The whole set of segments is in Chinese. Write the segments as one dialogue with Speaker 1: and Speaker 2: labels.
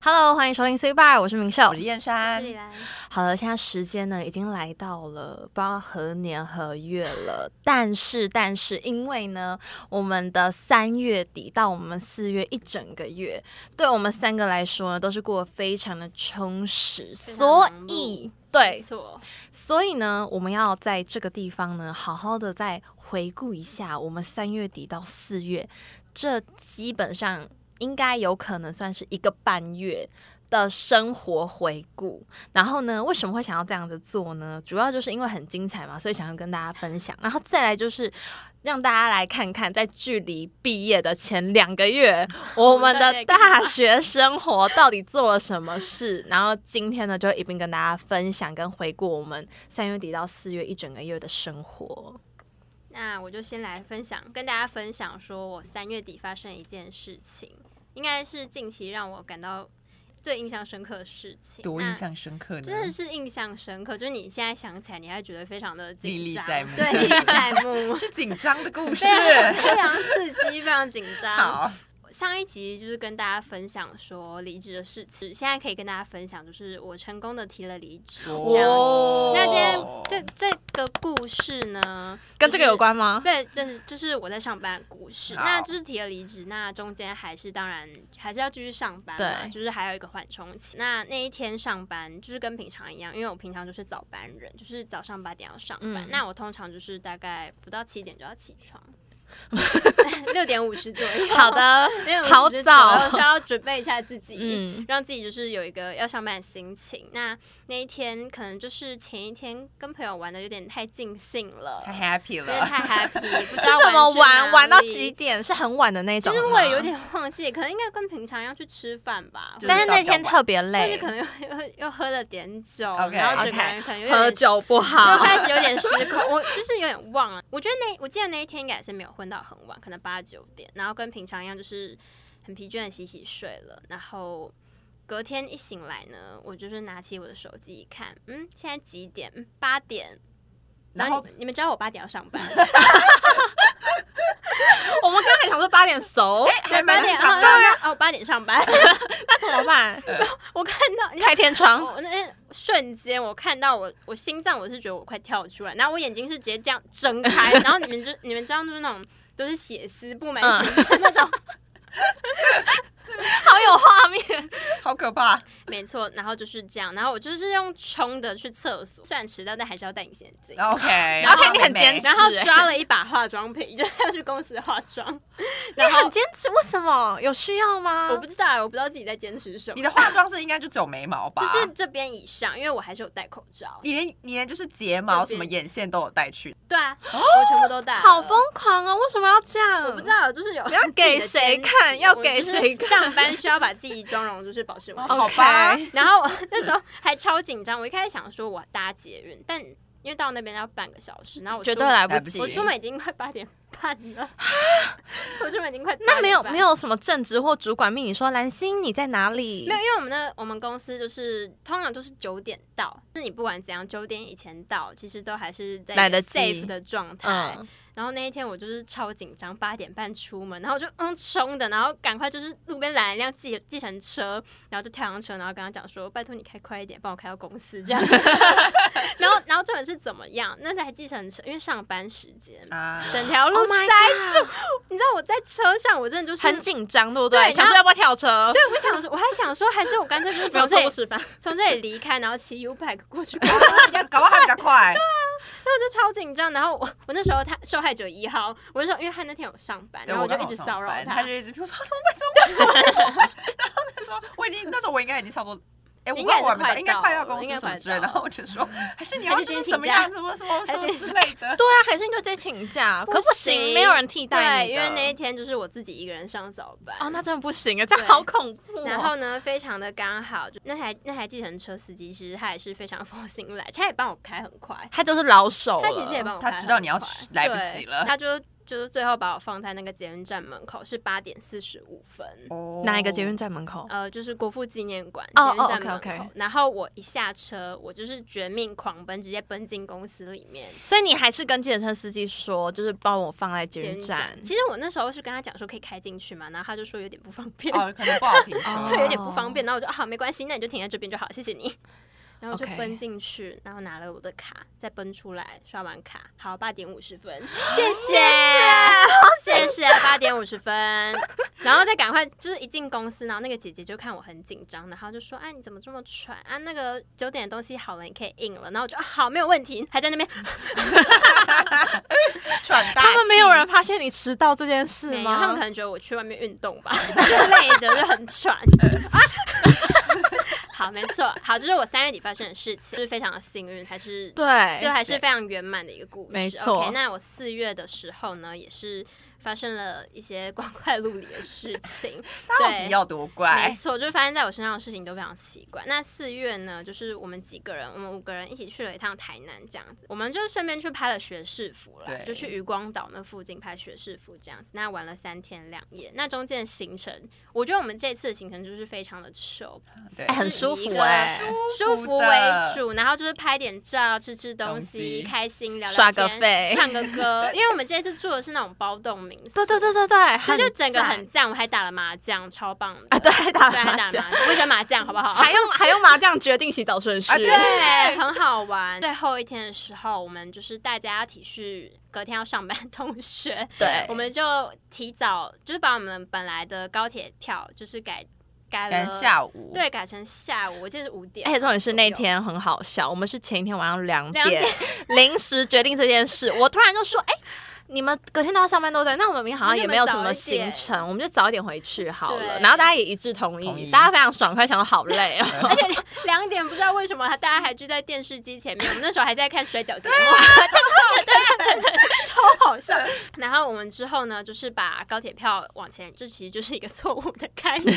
Speaker 1: Hello，欢迎收听 C Bar，我是明秀
Speaker 2: 我。是燕山，
Speaker 1: 好了，现在时间呢已经来到了不知道何年何月了，但是但是因为呢，我们的三月底到我们四月一整个月，对我们三个来说呢都是过得非常的充实，
Speaker 3: 常
Speaker 1: 所
Speaker 3: 忙碌
Speaker 1: 以
Speaker 3: 没
Speaker 1: 对，
Speaker 3: 错，
Speaker 1: 所以呢，我们要在这个地方呢，好好的再回顾一下我们三月底到四月，这基本上应该有可能算是一个半月。的生活回顾，然后呢，为什么会想要这样子做呢？主要就是因为很精彩嘛，所以想要跟大家分享。然后再来就是让大家来看看，在距离毕业的前两个月，我们的大学生活到底做了什么事。然后今天呢，就一并跟大家分享跟回顾我们三月底到四月一整个月的生活。
Speaker 3: 那我就先来分享，跟大家分享说我三月底发生一件事情，应该是近期让我感到最印象深刻的事情。
Speaker 2: 多
Speaker 3: 那
Speaker 2: 印象深刻呢，
Speaker 3: 真的是印象深刻，就是你现在想起来，你还觉得非常的紧张，
Speaker 2: 历历在目
Speaker 3: 对，历历在目，
Speaker 2: 是紧张的故事。
Speaker 3: 对啊非常刺激，非常紧张。
Speaker 2: 好，
Speaker 3: 上一集就是跟大家分享说离职的事情，现在可以跟大家分享，就是我成功的提了离职，这样子。
Speaker 1: 哦
Speaker 3: 那今天这这个故事呢，
Speaker 1: 跟这个有关吗？
Speaker 3: 对，就是就是我在上班的故事，
Speaker 2: 好
Speaker 3: 那就是提了离职，那中间还是当然还是要继续上班嘛，
Speaker 1: 对
Speaker 3: 就是还有一个缓冲期。那那一天上班就是跟平常一样，因为我平常就是早班人，就是早上八点要上班，
Speaker 1: 嗯
Speaker 3: 那我通常就是大概不到七点就要起 床。六点五十左右，
Speaker 1: 好， 的，好早
Speaker 3: 需要准备一下自己，
Speaker 1: 嗯
Speaker 3: 让自己就是有一个要上班的心情。那那一天可能就是前一天跟朋友玩的有点太尽兴了，
Speaker 2: 太 happy
Speaker 3: 有点
Speaker 2: 了，
Speaker 3: 太 happy，不知道
Speaker 1: 是怎么玩
Speaker 3: 去哪
Speaker 1: 玩到
Speaker 3: 里
Speaker 1: 几？点？是很晚的那
Speaker 3: 其
Speaker 1: 种吗。
Speaker 3: 实我也有点忘记，可能应该跟平常一样去吃饭吧，
Speaker 2: 就是
Speaker 1: 但是那
Speaker 2: 到
Speaker 1: 天
Speaker 2: 比较晚
Speaker 1: 特别
Speaker 3: 但是
Speaker 1: 累
Speaker 3: 可，能又又又喝了点酒
Speaker 2: OK
Speaker 3: 然后整个
Speaker 1: OK，
Speaker 3: 人可能有点
Speaker 1: 喝酒不
Speaker 3: 就
Speaker 1: 好。
Speaker 3: 开始有点失控，我 就是有点忘了。我觉得那我记得那一天应该也是没有混到很晚，可能八九点，然后跟平常一样就是很疲倦的洗洗睡了，然后隔天一醒来呢，我就是拿起我的手机一看，嗯，现在几点？嗯，八点。
Speaker 2: 然
Speaker 3: 然
Speaker 2: 后
Speaker 3: 后你你们知道我八点要上班，
Speaker 1: 我们刚才想说八点 熟，
Speaker 2: 还
Speaker 3: 八
Speaker 2: 蛮
Speaker 3: 点
Speaker 2: 正
Speaker 3: 啊
Speaker 2: 常的。
Speaker 3: 哦，八点上班。
Speaker 1: 那怎么办？
Speaker 3: 我看到，你知道
Speaker 1: 开天窗，
Speaker 3: 我那天瞬间，我看到我，我心脏我是觉得我快跳出来，然后我眼睛是直接这样睁开，然后你们就你们知道就是那种都是血丝布满
Speaker 1: 嗯
Speaker 3: 血丝的那种，
Speaker 1: 好有画面。
Speaker 2: 好可怕！
Speaker 3: 没错，然后就是这样，然后我就是用冲的去厕所，虽然迟到，但还是要戴隐形眼镜。
Speaker 2: OK，
Speaker 1: 然后
Speaker 2: 然后
Speaker 1: 你很
Speaker 2: 美
Speaker 1: 坚持
Speaker 3: 然后
Speaker 1: 是欸
Speaker 3: 抓了一把化妆品， 就是要去公司化妆。
Speaker 1: 你
Speaker 3: 然
Speaker 1: 很
Speaker 3: 后
Speaker 1: 坚持，为什么？有需要吗？
Speaker 3: 我不知道欸，我不知道自己在坚持什
Speaker 2: 你
Speaker 3: 么，
Speaker 2: 的化妆是应该就只有眉毛吧？
Speaker 3: 就是这边以上，因为我还是有戴口罩。
Speaker 2: 你连你连就是睫毛什么眼线都有带去，
Speaker 3: 对啊，我全部都戴了。
Speaker 1: 好疯狂哦！为什么要这样？
Speaker 3: 我不知道，就是有
Speaker 1: 你要给谁看
Speaker 3: 自己的坚持
Speaker 1: 要给谁看哦
Speaker 3: 我就是上班需要把自己妆容就是保持 完
Speaker 1: OK
Speaker 3: 美。
Speaker 2: 好吧？
Speaker 3: 然后我 那时候还超紧张，我一开始想说我搭捷运，但因为到那边要半个小时，然后我
Speaker 1: 绝
Speaker 3: 出
Speaker 1: 对来不
Speaker 2: 来不
Speaker 1: 及。
Speaker 2: 及
Speaker 3: 我出门已经快八点半 了，我出门已经快8点半
Speaker 1: 那没有没有什么正职或主管命你说蓝心你在哪里？嗯
Speaker 3: 没有，因为我们的我们公司就是通常都是九点到，就是你不管怎样九点以前到，其实都还是在一个
Speaker 1: 来得及
Speaker 3: safe 的状态。
Speaker 1: 嗯，
Speaker 3: 然后那一天我就是超紧张，八点半出门，然后我就嗯冲的，然后赶快就是路边拦一辆计计程车，然后就跳上车，然后跟他讲说，拜托你开快一点，帮我开到公司 这样。然后然后重点是怎么样？那台计程车因为上班时间，
Speaker 2: 啊，
Speaker 3: 整条路
Speaker 1: Oh
Speaker 3: 塞
Speaker 1: my
Speaker 3: 住你知道我在车上，我真的就是
Speaker 1: 很紧张，对不
Speaker 3: 对然后
Speaker 1: 想说要不要跳车？
Speaker 3: 对，我想说，我还想说，还是我干脆就是
Speaker 1: 没有
Speaker 3: 从这
Speaker 1: 错误
Speaker 3: 里
Speaker 1: 示范。
Speaker 3: 从这里离开，然后骑 U bike 过 去，
Speaker 2: 搞不好还比较快。
Speaker 3: 啊我就超紧张。然后我 我那时候他受害者一号，我就说，因为他那天有上班，
Speaker 2: 对
Speaker 3: 然后
Speaker 2: 我
Speaker 3: 就
Speaker 2: 刚
Speaker 3: 一
Speaker 2: 好
Speaker 3: 直
Speaker 2: 上
Speaker 3: 骚扰
Speaker 2: 班
Speaker 3: 他
Speaker 2: 他就一直比如说怎么办怎么办怎么办怎么办，然后他说我已经那时候我应该已经差不多。哎，我
Speaker 3: 应
Speaker 2: 不
Speaker 3: 该
Speaker 2: 知
Speaker 3: 是
Speaker 2: 道我还没
Speaker 3: 快
Speaker 2: 到，应该
Speaker 3: 到
Speaker 2: 快到
Speaker 3: 了
Speaker 2: 公
Speaker 3: 应该
Speaker 2: 司什么
Speaker 3: 快
Speaker 2: 之类的。
Speaker 3: 到
Speaker 2: 然后我就说，还是你
Speaker 3: 还
Speaker 2: 要
Speaker 3: 是
Speaker 2: 就
Speaker 3: 先
Speaker 2: 是
Speaker 3: 请
Speaker 2: 怎么
Speaker 3: 假
Speaker 2: 样，怎么什么什
Speaker 3: 还
Speaker 2: 么
Speaker 3: 是
Speaker 2: 之类的。
Speaker 1: 对啊，还是你就直接请假，可不行，
Speaker 3: 行
Speaker 1: 没有人替代
Speaker 3: 对，
Speaker 1: 你
Speaker 3: 因
Speaker 1: 的。
Speaker 3: 为那一天就是我自己一个人上早班。
Speaker 1: 哦，那真的不行啊，这样
Speaker 3: 对
Speaker 1: 好恐怖哦。
Speaker 3: 然后呢，非常的刚好，就那台那台计程车司机其实他也是非常佛心来，他也帮我开很快，
Speaker 1: 他就是老手了，
Speaker 3: 他其实也帮我开
Speaker 2: 哦
Speaker 3: 很
Speaker 2: 他
Speaker 3: 快，
Speaker 2: 知道你要迟来不及了
Speaker 3: 对他就就是最后把我放在那个捷运站门口，是八点四十五分。
Speaker 2: 哦
Speaker 1: 哪一个捷运站门口？
Speaker 3: 呃，就是国父纪念馆
Speaker 1: 哦
Speaker 3: 捷运站门口
Speaker 1: 哦，OK，OK
Speaker 3: 然后我一下车，我就是绝命狂奔，直接奔进公司里面
Speaker 1: 所以你还是跟计程车司机说，就是帮我放在捷运站。
Speaker 3: 其实我那时候是跟他讲说可以开进去嘛，然后他就说有点不方便，
Speaker 2: 哦，可能不好停车，
Speaker 1: 哦
Speaker 3: 对，有点不方便。然后我就啊，好没关系，那你就停在这边就好，谢谢你。然后就
Speaker 1: OK
Speaker 3: 奔进去，然后拿了我的卡，再奔出来，刷完卡，好，八点五十分，谢谢，谢谢，八点五十分，然后再赶快就是一进公司，然后那个姐姐就看我很紧张，然后就说，哎，你怎么这么喘啊？那个九点的东西好了，你可以印了。然后我就、啊、好，没有问题，还在那边
Speaker 2: 喘大气。
Speaker 1: 他们没有人发现你迟到这件事
Speaker 3: 没有
Speaker 1: 吗？
Speaker 3: 他们可能觉得我去外面运动 吧之类的，就很喘。 啊好，没错，好，这是我三月底发生的事情，就是非常的幸运，还是
Speaker 1: 对，
Speaker 3: 就还是非常圆满的一个故事。
Speaker 1: 没错
Speaker 3: OK，那我四月的时候呢，也是发生了一些 光怪陆离的事 情。
Speaker 2: 到
Speaker 3: 对
Speaker 2: 底要多
Speaker 3: 没
Speaker 2: 怪？
Speaker 3: 错，就发生在我身上的事情都非常奇怪。那四月呢，就是我们几个人，我们五个人一起去了一趟台南，这样子，我们就顺便去拍了学士服了，
Speaker 2: 对
Speaker 3: 就去渔光岛那附近拍学士服这样子。那玩了三天两夜，那中间的行程，我觉得我们这次的行程就是非常的 chill，
Speaker 2: 对
Speaker 1: 哎，，很
Speaker 3: 就是
Speaker 1: 舒
Speaker 3: 以
Speaker 1: 服
Speaker 3: 一个
Speaker 1: 哎，
Speaker 3: 舒
Speaker 2: 舒
Speaker 3: 服
Speaker 2: 服
Speaker 3: 为
Speaker 2: 的
Speaker 3: 主，然后就是拍点照、吃吃东西、
Speaker 2: 东西
Speaker 3: 开心聊聊
Speaker 1: 耍个
Speaker 3: 天
Speaker 1: 废
Speaker 3: 唱个歌。 因为我们这次住的是那种包栋民宿，
Speaker 1: 对对对对对，他
Speaker 3: 所以就整个很赞。我们还打了麻将，超棒的
Speaker 1: 啊，对，还打
Speaker 3: 对，还打麻
Speaker 1: 麻将，
Speaker 3: 将，我喜欢麻将，好不好？
Speaker 1: 还用 还用麻将决定洗澡顺序
Speaker 2: 啊，对
Speaker 3: 对，很好玩。最后一天的时候，我们就是大家要体恤隔天要上班的同学，
Speaker 1: 对
Speaker 3: 我们就提早就是把我们本来的高铁票就是改改
Speaker 2: 赶
Speaker 3: 了午，
Speaker 2: 下午，
Speaker 3: 对，改成下午，我记得是五点。
Speaker 1: 而哎且重点是那天很好笑，我们是前一天晚上两
Speaker 3: 两点
Speaker 1: 点临时决定这件事，我突然就说，哎、你们隔天都要上班，对不对？那我们明天好像也没有什么行程，我们就早一点回去好了。
Speaker 3: 对
Speaker 1: 然后大家也一致同意，
Speaker 2: 同意
Speaker 1: 大家非常爽快，想说好 累哦。
Speaker 3: 而且两两点不知道为什么，他大家还聚在电视机前面。我们那时候还在看摔跤节目，超好笑。 然后我们之后呢，就是把高铁票往前，这其实就是一个错误的开始，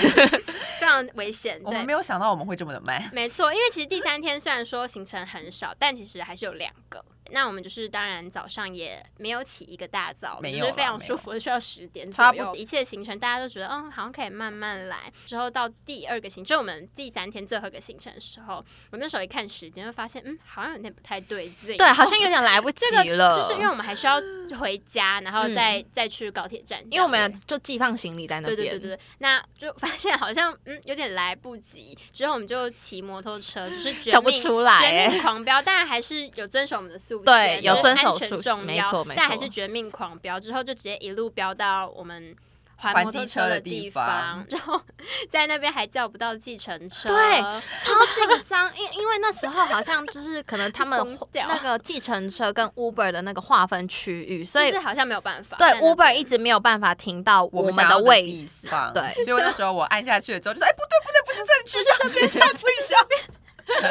Speaker 3: 非常危险。
Speaker 2: 我们
Speaker 3: 对
Speaker 2: 没，有想到我们会这么的慢。
Speaker 3: 没错，因为其实第三天虽然说行程很少，但其实还是有两个。那我们就是当然早上也没有起一个大早，
Speaker 2: 没
Speaker 3: 就
Speaker 2: 有
Speaker 3: 是非
Speaker 2: 啦
Speaker 3: 常
Speaker 2: 没
Speaker 3: 舒服，需要十点左
Speaker 2: 差不
Speaker 3: 右。一切行程大家都觉得嗯，好像可以慢慢来。之后到第二个行，就我们第三天最后一个行程的时候，我那时候一看时间，就发现嗯，好像有点不太对 劲。
Speaker 1: 对，好像有点来不及
Speaker 3: 这
Speaker 1: 了，嗯
Speaker 3: 个就是因为我们还需要回家，然后再、再去高铁站这样子，
Speaker 1: 因为我们就寄放行李在那
Speaker 3: 对
Speaker 1: 边，
Speaker 3: 对对对，对那就发现好像嗯有点来不及，之后我们就骑摩托车，就是绝
Speaker 1: 想不
Speaker 3: 命
Speaker 1: 出来
Speaker 3: 绝
Speaker 1: 欸
Speaker 3: 命狂飙，当然还是有遵守我们的速限，
Speaker 1: 对
Speaker 3: 就是
Speaker 1: 有遵守
Speaker 3: 安全
Speaker 1: 速
Speaker 3: 重
Speaker 1: 没
Speaker 3: 要
Speaker 1: 错没
Speaker 3: 但还是
Speaker 1: 错
Speaker 3: 绝命狂飙，之后就直接一路飙到我们。还
Speaker 2: 还
Speaker 3: 摩托
Speaker 2: 机车
Speaker 3: 的
Speaker 2: 的地
Speaker 3: 方，
Speaker 2: 方
Speaker 3: 之后在那边还叫不到计程车，
Speaker 1: 对超紧张，因因为那时候好像就是可能他们
Speaker 3: 疯掉
Speaker 1: 那个计程车跟 Uber 的那个划分区域，所以
Speaker 3: 就是好像没有办法。
Speaker 1: 对
Speaker 3: 在那边
Speaker 1: Uber 一直没有办法停到我们
Speaker 2: 想要
Speaker 1: 的
Speaker 2: 的
Speaker 1: 位置
Speaker 2: 地。方，
Speaker 1: 对
Speaker 2: 所以我那时候我按下去了之后就说，哎，不对不对，不是这里，去上边，下去下边。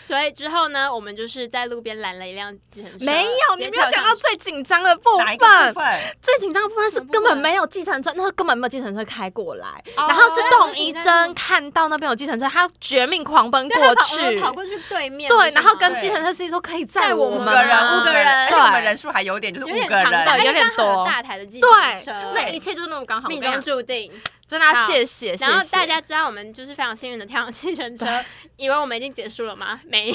Speaker 3: 所以之后呢，我们就是在路边拦了一辆计程车，
Speaker 1: 没有，
Speaker 3: 直接
Speaker 1: 你没有
Speaker 3: 跳
Speaker 1: 讲
Speaker 3: 上
Speaker 1: 到
Speaker 3: 去
Speaker 1: 最紧张的部
Speaker 2: 哪一个
Speaker 1: 分
Speaker 2: 部。分？
Speaker 1: 最紧张的部分是
Speaker 3: 什么部分
Speaker 1: 根本没有计程车，那时候根本没有计程车开过来。
Speaker 2: 哦
Speaker 1: 然后是董一
Speaker 3: 对对对
Speaker 1: 真看到那边有计程车，他绝命狂奔
Speaker 3: 对他
Speaker 1: 过
Speaker 3: 跑我
Speaker 1: 去
Speaker 3: 们。跑过去对面，不
Speaker 1: 对，
Speaker 3: 是
Speaker 1: 然后
Speaker 3: 吗
Speaker 1: 跟
Speaker 2: 对
Speaker 1: 计程车司机说可以载
Speaker 3: 载我
Speaker 1: 们啊
Speaker 2: 五
Speaker 3: 们
Speaker 2: 个人，
Speaker 1: 吗
Speaker 2: 五个人，而且
Speaker 1: 对
Speaker 2: 我们人数还有点，就是
Speaker 3: 有
Speaker 2: 五
Speaker 3: 点
Speaker 2: 个
Speaker 3: 庞大，
Speaker 1: 对哦
Speaker 2: 人。
Speaker 1: 有点
Speaker 3: 因为它很
Speaker 1: 多
Speaker 3: 大台的计程
Speaker 1: 对
Speaker 3: 车，，
Speaker 1: 那一切就是那么刚好。
Speaker 3: 命
Speaker 1: 我跟
Speaker 3: 中
Speaker 1: 你讲
Speaker 3: 注定。
Speaker 1: 真的要
Speaker 3: 好
Speaker 1: 谢谢。
Speaker 3: 然后
Speaker 1: 谢谢
Speaker 3: 大家知道我们就是非常幸运的跳上计程车，以为我们已经结束了吗？没
Speaker 1: 没，
Speaker 3: 有，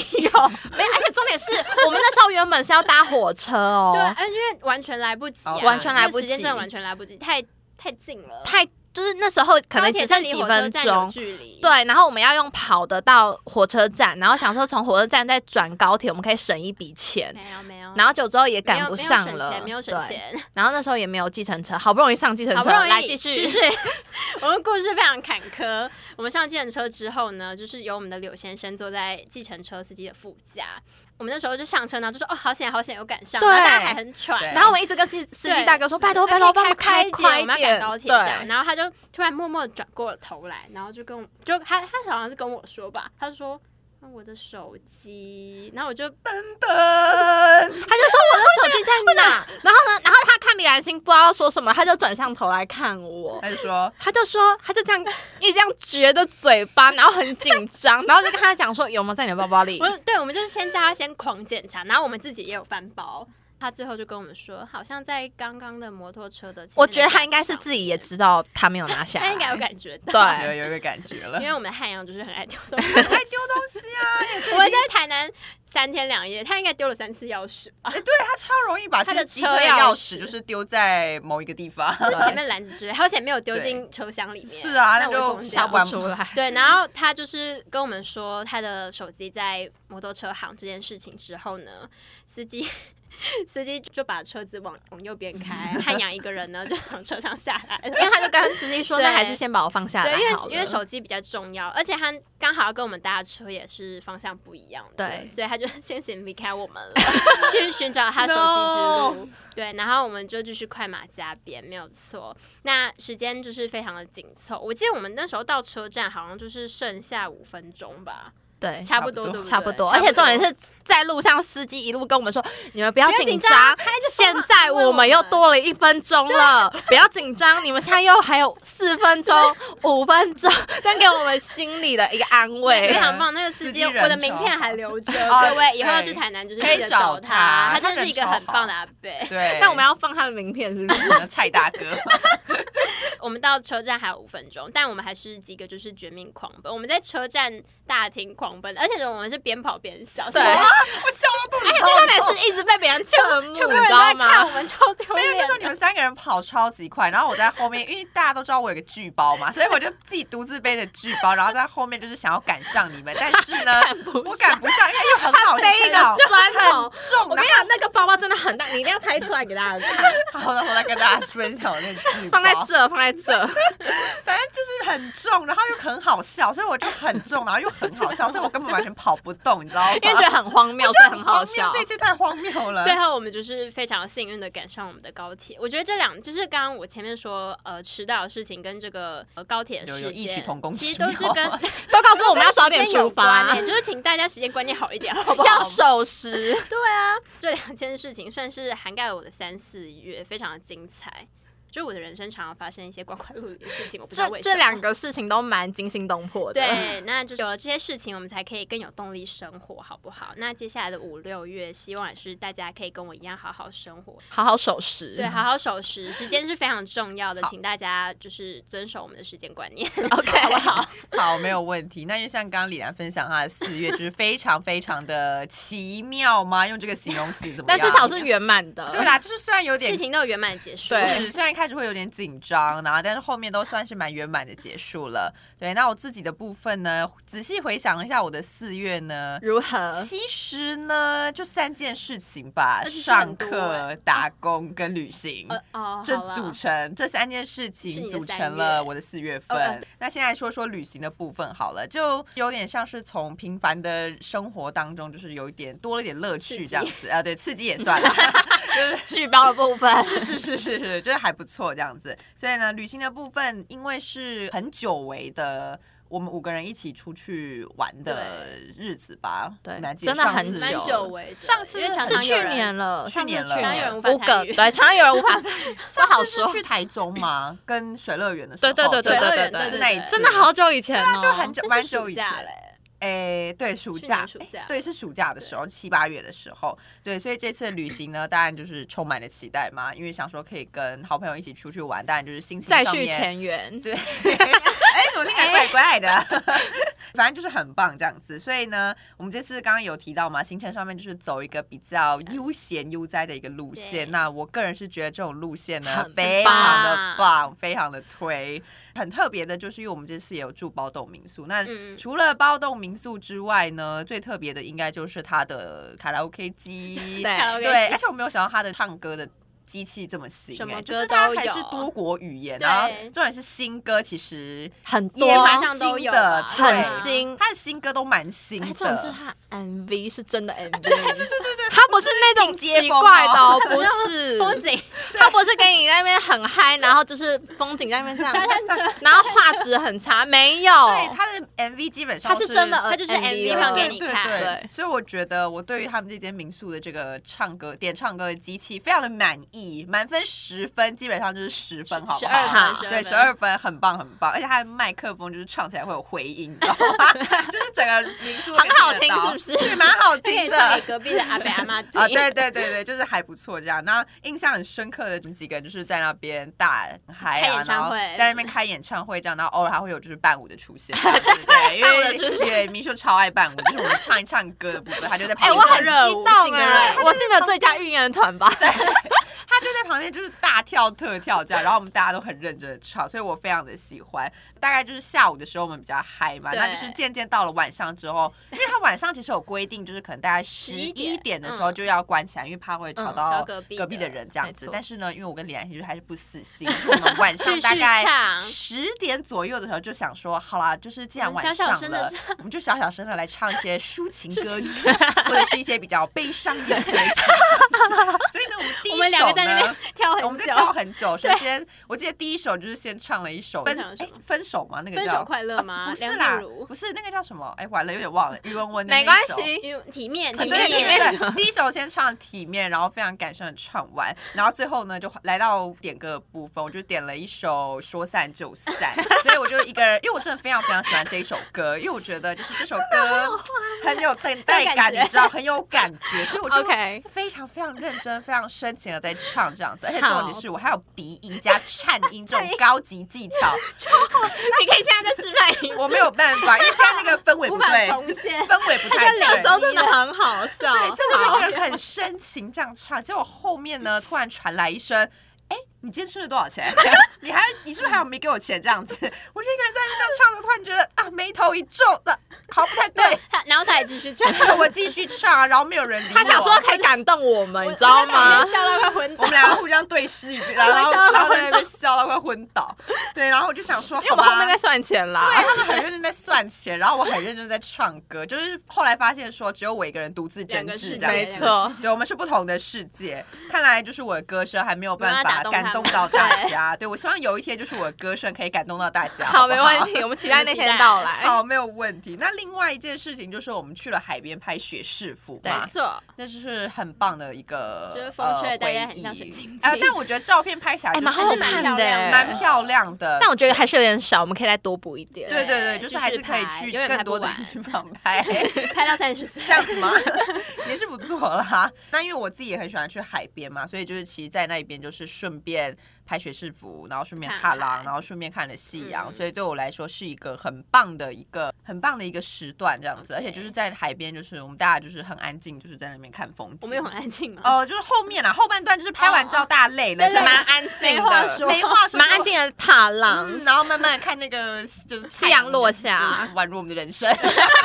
Speaker 1: 而且重点 是我们那时候原本是要搭火车
Speaker 3: 对，啊
Speaker 1: 哦，
Speaker 3: 而且因为完全来不及啊，
Speaker 2: 哦
Speaker 1: 完全来不及
Speaker 3: 那个时间真的完全来不及，太太近了，
Speaker 1: 太就是那时候可能
Speaker 3: 高铁
Speaker 1: 只剩
Speaker 3: 离
Speaker 1: 几
Speaker 3: 火车
Speaker 1: 分
Speaker 3: 站有
Speaker 1: 钟，
Speaker 3: 距离，
Speaker 1: 对，然后我们要用跑的到火车站，然后想说从火车站再转高铁，我们可以省一笔钱。
Speaker 3: 没有没有，
Speaker 1: 然后久之后也
Speaker 3: 没有
Speaker 1: 赶不上了，
Speaker 3: 没有省
Speaker 1: 对。
Speaker 3: 钱，没有省钱。
Speaker 1: 然后那时候也没有计程车，好不容易上计程
Speaker 3: 好
Speaker 1: 车，
Speaker 3: 不容易
Speaker 1: 来继续。
Speaker 3: 就是我们故事非常坎坷。 我们上计程车之后呢，就是由我们的柳先生坐在计程车司机的副驾。我们那时候就上车呢，就说哦，好险，好险，有赶上。
Speaker 1: 对
Speaker 3: 然后大家还很喘。
Speaker 2: 对
Speaker 1: 然后我们一直跟司司
Speaker 3: 对
Speaker 1: 机大哥说：“拜托，拜托，
Speaker 3: 那可以
Speaker 1: 帮们
Speaker 3: 开
Speaker 1: 快
Speaker 3: 一点，我们要赶高铁站。
Speaker 1: 对，
Speaker 3: 然后他就突然默默地转过了头来，然后就跟我，就他他好像是跟我说吧，他就说。啊我的手机，然后我就
Speaker 2: 噔，
Speaker 1: 他就说我的手机在哪？然后呢，然后他看李兰心不知道说什么，他就转向头来看我，
Speaker 2: 他就说，
Speaker 1: 他就说他就这样一直这样撅着嘴巴，然后很紧张，然后就跟他讲说有没有在你的包包里
Speaker 3: 我？就对，我们就是先叫他先狂检查，然后我们自己也有翻包。他最后就跟我们说，好像在刚刚的摩托车的前面的
Speaker 1: 我觉得他应该是自己也
Speaker 3: 上
Speaker 1: 知道他没有拿下来，
Speaker 3: 面，他应该有感觉到，
Speaker 1: 对
Speaker 2: 有有一个感觉了
Speaker 3: 因，为我们汉阳就是很爱丢东 西。
Speaker 2: 还丢东西啊！而且
Speaker 3: 我们在台南三天两夜，他应该丢了三次钥匙吧？
Speaker 2: 哎，对他超容易把
Speaker 3: 他
Speaker 2: 这
Speaker 3: 的
Speaker 2: 个机车的
Speaker 3: 车钥
Speaker 2: 钥
Speaker 3: 匙
Speaker 2: 匙就是丢在某一个地方，
Speaker 3: 就前面篮子之类，而且没有丢进车厢里面。
Speaker 2: 是啊
Speaker 3: 那
Speaker 2: 那
Speaker 3: 我
Speaker 2: 就
Speaker 3: 会疯
Speaker 2: 下
Speaker 3: 掉
Speaker 1: 笑
Speaker 2: 不完
Speaker 1: 不出来。
Speaker 3: 对，然后他就是跟我们说他的手机在摩托车行这件事情之后呢，司机 司机就把车子往往右边开，汉阳一个人呢就从车上下来了。
Speaker 1: 因为他就跟司机说，
Speaker 3: 对
Speaker 1: 那还是先把我放下来
Speaker 3: 对，因
Speaker 1: 好
Speaker 3: 为
Speaker 1: 了
Speaker 3: 因为手机比较重要，而且他刚好要跟我们搭的车也是方向不一样的，
Speaker 1: 对
Speaker 3: 所以他就 先行离开我们了，去寻找他手机之路。对，然后我们就继续快马加鞭，没有错。那时间就是非常的紧凑，我记得我们那时候到车站好像就是剩下五分钟吧，
Speaker 1: 对。
Speaker 3: 差不多，
Speaker 2: 差不
Speaker 1: 哎差不
Speaker 3: 对不对
Speaker 2: 多
Speaker 1: 多，而且重点是在路上，司机一路跟我们说：“你们不要
Speaker 3: 不要
Speaker 1: 紧
Speaker 3: 紧张开着
Speaker 1: 现
Speaker 3: 车嘛
Speaker 1: 在
Speaker 3: 安慰我
Speaker 1: 我们又
Speaker 3: 们
Speaker 1: 多了一分钟了，不要紧张，你们现在又还有四分钟、五分钟，这样给我们心里的一个安
Speaker 3: 非
Speaker 1: 慰。
Speaker 3: 常棒，那个司
Speaker 2: 司
Speaker 3: 机，
Speaker 2: 机
Speaker 3: 我
Speaker 2: 人
Speaker 3: 的名
Speaker 2: 超
Speaker 3: 片
Speaker 2: 好
Speaker 3: 还留着，
Speaker 2: 哦
Speaker 3: 各位以后要
Speaker 2: 对
Speaker 3: 去台南就是
Speaker 2: 可以
Speaker 3: 记得
Speaker 2: 找
Speaker 3: 找他
Speaker 2: 他他
Speaker 3: 真的是
Speaker 2: 人
Speaker 3: 一个
Speaker 2: 超
Speaker 3: 很棒
Speaker 2: 好
Speaker 3: 的阿伯。
Speaker 2: 对，
Speaker 1: 那我们要放他的名片， 是不是？
Speaker 2: 可能蔡大哥，
Speaker 3: 我们到车站还有五分钟，但我们还是几个就是绝命狂奔。我们在车站大厅狂奔，而且我们是边跑边笑，
Speaker 1: 对，
Speaker 3: 是吧
Speaker 2: 我笑到肚子
Speaker 1: 他
Speaker 2: 痛。
Speaker 1: 们是一直被别人侧
Speaker 2: 嗯
Speaker 1: 目，你
Speaker 3: 全部人
Speaker 1: 知
Speaker 3: 都
Speaker 1: 道
Speaker 3: 在看
Speaker 1: 吗
Speaker 3: 我？们，超丢
Speaker 2: 没有，就
Speaker 3: 脸
Speaker 2: 说你
Speaker 3: 的。
Speaker 2: 们三个人跑超级快，然后我在后面，因为大家都知道我有个巨包嘛，所以我就自己独自背着巨包，然后在后面就是想要赶上你们，但 是呢，我赶不上，因为又很好
Speaker 1: 背一个
Speaker 2: 笑，
Speaker 1: 砖头，
Speaker 2: 重
Speaker 1: 我
Speaker 2: 的
Speaker 1: 跟你。讲，那个包包真的很大，你一定要拍出来给大家看，
Speaker 2: 好的，我来跟大家分享我那个巨包，
Speaker 1: 放在这，放在这。
Speaker 2: 反正就是很重，然后又很好笑，所以我就很重，然后又很好笑，所以我根本完全跑不动，你知道吗？
Speaker 1: 因为觉得很荒谬，所以很好笑
Speaker 2: 荒。谬这一切太荒谬了。
Speaker 3: 最后我们就是非常幸运的赶上我们的高铁。我觉得这两就是刚刚我前面说呃迟到的事情跟这个呃高铁的
Speaker 2: 有
Speaker 3: 事
Speaker 2: 有
Speaker 3: 件
Speaker 2: 异曲同工之
Speaker 3: 其
Speaker 2: 妙
Speaker 3: 实都是 跟
Speaker 1: 都告诉我们要早点
Speaker 3: 跟时间有
Speaker 1: 出发
Speaker 3: 关，欸就是请大家时间观念好一点，好不好？
Speaker 1: 要守时。
Speaker 3: 对啊，这两件事情算是涵盖了我的三四月，非常的精彩。就是我的人生常常发生一些光怪陆离的事情，我不知道
Speaker 1: 这
Speaker 3: 为什么。
Speaker 1: 这两个事情都蛮惊心动魄的。
Speaker 3: 对，那就是有了这些事情，我们才可以更有动力生活，好不好？那接下来的五六月，希望也是大家可以跟我一样好好生活，
Speaker 1: 好好守时。
Speaker 3: 对，好好守时，时间是非常重要的，请大家就是遵守我们的时间观 念。
Speaker 1: ，OK，
Speaker 3: 好不好？
Speaker 2: 好，没有问题。那就像刚刚李兰分享她的四月，就是非常非常的奇妙吗？用这个形容词怎么
Speaker 1: 但
Speaker 2: 样？
Speaker 1: 至少是圆满的。
Speaker 2: 对啦，就是虽然有点
Speaker 3: 事情都有圆满结束，
Speaker 1: 对
Speaker 2: 是，虽然一开始会有点紧张，然后但是后面都算是蛮圆满的结束了。对，那我自己的部分呢，仔细回想一下我的四月呢。
Speaker 1: 如何？
Speaker 2: 其实呢，就三件事情吧：
Speaker 3: 那其实很
Speaker 2: 上
Speaker 3: 多
Speaker 2: 课、
Speaker 3: 欸
Speaker 2: 打工跟旅行。
Speaker 3: 呃哦，
Speaker 2: 这
Speaker 3: 好啦
Speaker 2: 组成这三件事
Speaker 3: 是
Speaker 2: 情
Speaker 3: 你的
Speaker 2: 组
Speaker 3: 三
Speaker 2: 成
Speaker 3: 月
Speaker 2: 了我的四月份。
Speaker 3: 哦
Speaker 2: 那现在说说旅行的部分好了，就有点像是从平凡的生活当中，就是有一点多了一点乐趣这样子啊，对，刺激也 算了。
Speaker 1: 举报的部分，
Speaker 2: 是是是是是，就是还不错这样子。所以呢，旅行的部分，因为是很久违的。我们五个人一起出去玩的日子吧，
Speaker 1: 对
Speaker 2: 你们还记得
Speaker 1: 真的很
Speaker 2: 上次
Speaker 3: 蛮
Speaker 1: 久
Speaker 3: 久违的，
Speaker 2: 上次
Speaker 3: 因为常
Speaker 1: 是
Speaker 3: 常
Speaker 1: 去
Speaker 3: 有人
Speaker 1: 年了，
Speaker 2: 去年了
Speaker 1: 上次
Speaker 3: 常有人无法
Speaker 1: 五个
Speaker 3: 参
Speaker 1: 对，
Speaker 3: 与
Speaker 1: 常常有人无 法参与，
Speaker 2: 上
Speaker 1: 不好
Speaker 2: 次是
Speaker 1: 说。
Speaker 2: 去台中嘛，跟水乐园的时候，
Speaker 1: 对对对
Speaker 3: 对
Speaker 2: 吧
Speaker 3: 对对对
Speaker 2: 是那一
Speaker 3: 对
Speaker 2: 次，
Speaker 1: 真的好久以前哦，
Speaker 2: 就很久，
Speaker 3: 那
Speaker 2: 蛮
Speaker 3: 是
Speaker 2: 久
Speaker 3: 暑
Speaker 2: 以
Speaker 3: 假
Speaker 2: 前。
Speaker 3: 嘞，
Speaker 2: 诶，对，暑
Speaker 3: 去
Speaker 2: 假，
Speaker 3: 年暑
Speaker 2: 诶
Speaker 3: 假
Speaker 2: 对，是暑假的时候，七八月的时候，对，所以这次的旅行呢，当然就是充满了期待嘛，因为想说可以跟好朋友一起出去玩，当然就是心情
Speaker 1: 再
Speaker 2: 上
Speaker 1: 续
Speaker 2: 面
Speaker 1: 前缘。
Speaker 2: 对，哎，怎么听起来怪怪的？ 反正就是很棒这样子，所以呢，我们这次刚刚有提到嘛，行程上面就是走一个比较悠闲悠哉的一个路
Speaker 3: 对
Speaker 2: 线。那我个人是觉得这种路线呢
Speaker 1: 很，
Speaker 2: 非常的棒，非常的推。很特别的就是，因为我们这次也有住包栋民宿，那
Speaker 3: 嗯
Speaker 2: 除了包栋民宿之外呢，最特别的应该就是它的卡拉 OK 机，
Speaker 1: 对
Speaker 3: 卡拉 OK
Speaker 2: 对，而且我没有想到它的唱歌的机器这么新、
Speaker 3: 什么
Speaker 2: 欸，就
Speaker 3: 歌
Speaker 2: 是它
Speaker 3: 都
Speaker 2: 还是
Speaker 3: 有
Speaker 2: 多国语言，
Speaker 3: 对
Speaker 2: 然后重点是新歌，其实
Speaker 1: 很多
Speaker 2: 也
Speaker 3: 马
Speaker 2: 蛮
Speaker 3: 上都
Speaker 2: 新
Speaker 3: 有
Speaker 2: 的，
Speaker 3: 吧
Speaker 2: 对
Speaker 1: 很新，
Speaker 2: 它的新歌都蛮新
Speaker 1: 啊哎，
Speaker 2: 的，
Speaker 1: 重点是他 MV 是真的 MV，
Speaker 2: 对对对对，
Speaker 1: 他不是那种
Speaker 2: 听街
Speaker 1: 奇
Speaker 2: 风 哦
Speaker 1: 怪的哦，不是
Speaker 3: 风景
Speaker 1: 他不是跟你在那边很嗨，然后就是风景在那边这样，
Speaker 3: 沙滩车，
Speaker 1: 然后画质很差，没有，
Speaker 2: 对他的 MV 基本上
Speaker 1: 哦它是真的，
Speaker 3: 它就是 MV
Speaker 1: 放
Speaker 3: 放
Speaker 2: 对
Speaker 3: 给
Speaker 1: 给你。
Speaker 3: 你
Speaker 2: 嗯对
Speaker 3: 看
Speaker 2: 啊对
Speaker 1: 对，
Speaker 2: 所以我觉得我对于他们这间民宿的这个唱歌点唱歌的机器非常的满意，满分十分，基本上就是十分，好不
Speaker 3: 十
Speaker 2: 好？
Speaker 3: 二
Speaker 1: 好
Speaker 3: 分，
Speaker 2: 对，
Speaker 3: 12
Speaker 2: 十二分很棒很棒，而且它的麦克风就是唱起来会有回音，你知道吗？ 就是整个民宿
Speaker 1: 很好听
Speaker 2: 感觉得
Speaker 1: 是不
Speaker 2: 到
Speaker 1: 是
Speaker 2: 对，蛮好
Speaker 3: 可以
Speaker 2: 听
Speaker 3: 唱
Speaker 2: 的
Speaker 3: 给。隔壁的阿伯阿妈听。
Speaker 2: 啊，对对对对，就是还不错这样。那印象很深刻的几个人就是在那边大嗨
Speaker 3: 开
Speaker 2: 啊，
Speaker 3: 演唱
Speaker 2: 然后
Speaker 3: 会
Speaker 2: 在那边开演唱会这样，然后偶尔还会有就是伴舞的出 现，对对对，因
Speaker 3: 伴舞的出
Speaker 2: 为对明秀超爱伴舞，就是我们唱一唱歌的部分，他就在
Speaker 1: 哎、
Speaker 2: 旁
Speaker 1: 我
Speaker 2: 边，
Speaker 1: 很
Speaker 3: 热
Speaker 1: 激
Speaker 3: 舞
Speaker 1: 动
Speaker 3: 进个
Speaker 1: 哎、
Speaker 3: 热舞
Speaker 1: 我是没有最佳预言团吧？对，
Speaker 2: 他就在旁边就是大跳特跳这样，然后我们大家都很认真的唱，所以我非常的喜欢。大概就是下午的时候我们比较嗨嘛，
Speaker 3: 对
Speaker 2: 那就是渐渐到了晚上之后，因为他晚上其实有规定，就是可能大概十一
Speaker 3: 11
Speaker 2: 点的
Speaker 3: 嗯
Speaker 2: 时候就要关起来，因为怕会吵
Speaker 1: 嗯
Speaker 2: 到
Speaker 3: 吵隔壁
Speaker 2: 隔壁的
Speaker 3: 的
Speaker 2: 人这样
Speaker 1: 没
Speaker 2: 子
Speaker 1: 错。
Speaker 2: 但是呢，因为我跟李安熙就还是不死心，所以我们晚上
Speaker 3: 继续
Speaker 2: 大概
Speaker 3: 唱
Speaker 2: 十点左右的时候就想说，好啦，就是既然
Speaker 3: 我们
Speaker 2: 晚
Speaker 3: 小小
Speaker 2: 上
Speaker 3: 声地
Speaker 2: 了
Speaker 3: 唱，
Speaker 2: 我们就小小声的来唱一些抒情歌曲，或者是一些比较悲伤一点的歌曲。 所以呢，我们第一
Speaker 3: 我
Speaker 2: 首
Speaker 3: 们两个
Speaker 2: 呢，
Speaker 3: 在那边跳
Speaker 2: 我
Speaker 3: 很
Speaker 2: 们
Speaker 3: 久
Speaker 2: 在，跳很久。首先，我记得第一首就是先唱了一首分
Speaker 3: 先唱了什
Speaker 2: 哎
Speaker 3: 么
Speaker 2: 分手吗？那个
Speaker 3: 分
Speaker 2: 叫
Speaker 3: 手快乐吗？
Speaker 2: 啊不是
Speaker 3: 梁
Speaker 2: 啦
Speaker 3: 静茹，
Speaker 2: 不是那个叫什么？哎，完了，有点忘了。余文文的那
Speaker 1: 没
Speaker 2: 一
Speaker 1: 关
Speaker 2: 首。
Speaker 1: 系，
Speaker 3: 因为体面，
Speaker 2: 对
Speaker 3: 啊体
Speaker 2: 啊对
Speaker 3: 面，
Speaker 2: 对对，第一首先唱体面，然后非常感伤的唱完，然后最后呢就来到点歌的部分，我就点了一首《说散就散》， 所以我就一个人，因为我真的非常非常喜欢这一首歌，因为我觉得就是这首歌很有等待感，
Speaker 3: 有感
Speaker 2: 你
Speaker 3: 觉
Speaker 2: 知道，很有感觉，所以我 就
Speaker 1: OK
Speaker 2: 非常非常认真、非常深情的在唱这样子，而且重点是我还有鼻音加颤音这种高级技巧，
Speaker 3: 你可以现在再示范一
Speaker 2: 我没有办法，因为现在那个氛围
Speaker 3: 无
Speaker 2: 不
Speaker 3: 法
Speaker 2: 对，
Speaker 3: 重现。
Speaker 2: 氛围不太 对。
Speaker 1: 那时候真的很好笑。
Speaker 2: 对，所以我就一个人很深情这样唱，结果后面呢，突然传来一声，哎、你今天吃了多少钱？ 你还你是不是还有没给我钱这样子？ 我就一个人在那边这样唱着，突然觉得啊，眉头一皱的，好不太对。
Speaker 3: 他然后他也继续唱，
Speaker 2: 我继续唱，啊然后没有人理我。
Speaker 1: 他想说可以感动我们，你知道吗
Speaker 3: 我在旁边？吓到快昏
Speaker 2: 我
Speaker 3: 倒
Speaker 2: 们。两个互相对视一遍，然后然后在那边笑到快昏倒。对，然后我就想说，
Speaker 1: 因为我
Speaker 2: 好
Speaker 1: 们后面
Speaker 2: 吧
Speaker 1: 在。算钱啦。
Speaker 2: 对，他们很认真在算钱，然后我很认真在唱歌，就是后来发现说只有我一个人独自争
Speaker 3: 两个世界
Speaker 2: 执，这样
Speaker 1: 没
Speaker 2: 子
Speaker 1: 错，
Speaker 2: 对，我们是不同的世界。看来就是我的歌声还没有办法
Speaker 3: 没办法
Speaker 2: 感
Speaker 3: 打
Speaker 2: 动
Speaker 3: 动
Speaker 2: 到
Speaker 3: 他们
Speaker 2: 大家。对我希望有一天就是我的歌声可以感动到大家。
Speaker 1: 好，
Speaker 2: 不
Speaker 1: 没问。 题，我们期待那天到来。
Speaker 2: 好，没有问题。那另外一件事情就是我们去了海边拍雪士服嘛
Speaker 3: 没，错，
Speaker 2: 那就是很棒的一个
Speaker 3: 就是风吹
Speaker 2: 呃
Speaker 3: 得大家
Speaker 2: 回
Speaker 3: 很像
Speaker 2: 忆
Speaker 3: 水晶
Speaker 2: 呃
Speaker 3: 体
Speaker 2: 但我觉得照片拍起来
Speaker 1: 哎，
Speaker 2: 就
Speaker 1: 蛮
Speaker 2: 是
Speaker 1: 好
Speaker 3: 蛮
Speaker 1: 看的
Speaker 3: 漂亮的
Speaker 1: 欸，
Speaker 2: 蛮漂亮的，
Speaker 1: 但我觉得还是有点少，我们可以再多补一点。
Speaker 2: 对对对，就
Speaker 3: 就是
Speaker 2: 还是可以
Speaker 3: 拍
Speaker 2: 去
Speaker 3: 永远
Speaker 2: 更
Speaker 3: 拍不
Speaker 2: 多的
Speaker 3: 完
Speaker 2: 地方拍。
Speaker 3: 拍到三十岁
Speaker 2: 这，样子吗？ 也是不错啦。那因为我自己也很喜欢去海边嘛，所以就是其实，在那边就是顺便拍学士服，然后顺便踏
Speaker 3: 看
Speaker 2: 浪，
Speaker 3: 海
Speaker 2: 然后顺便看了夕阳，
Speaker 3: 嗯
Speaker 2: 所以对我来说是一个很棒的一个很棒的一个时段，这样子。
Speaker 3: OK
Speaker 2: 而且就是在海边，就是我们大家就是很安静，就是在那边看风景。
Speaker 3: 我们有很安静吗？
Speaker 2: 呃，就是后面啦，后半段就是拍完照，大家累了，
Speaker 3: 对
Speaker 2: 就
Speaker 3: 对
Speaker 2: 蛮
Speaker 1: 蛮
Speaker 2: 安
Speaker 1: 安静
Speaker 3: 没话
Speaker 1: 的，
Speaker 3: 说，
Speaker 2: 没话说，
Speaker 1: 蛮安。静的踏浪。
Speaker 2: 嗯，然后慢慢看那个就是
Speaker 1: 夕阳落下，
Speaker 2: 嗯宛如我们的人生。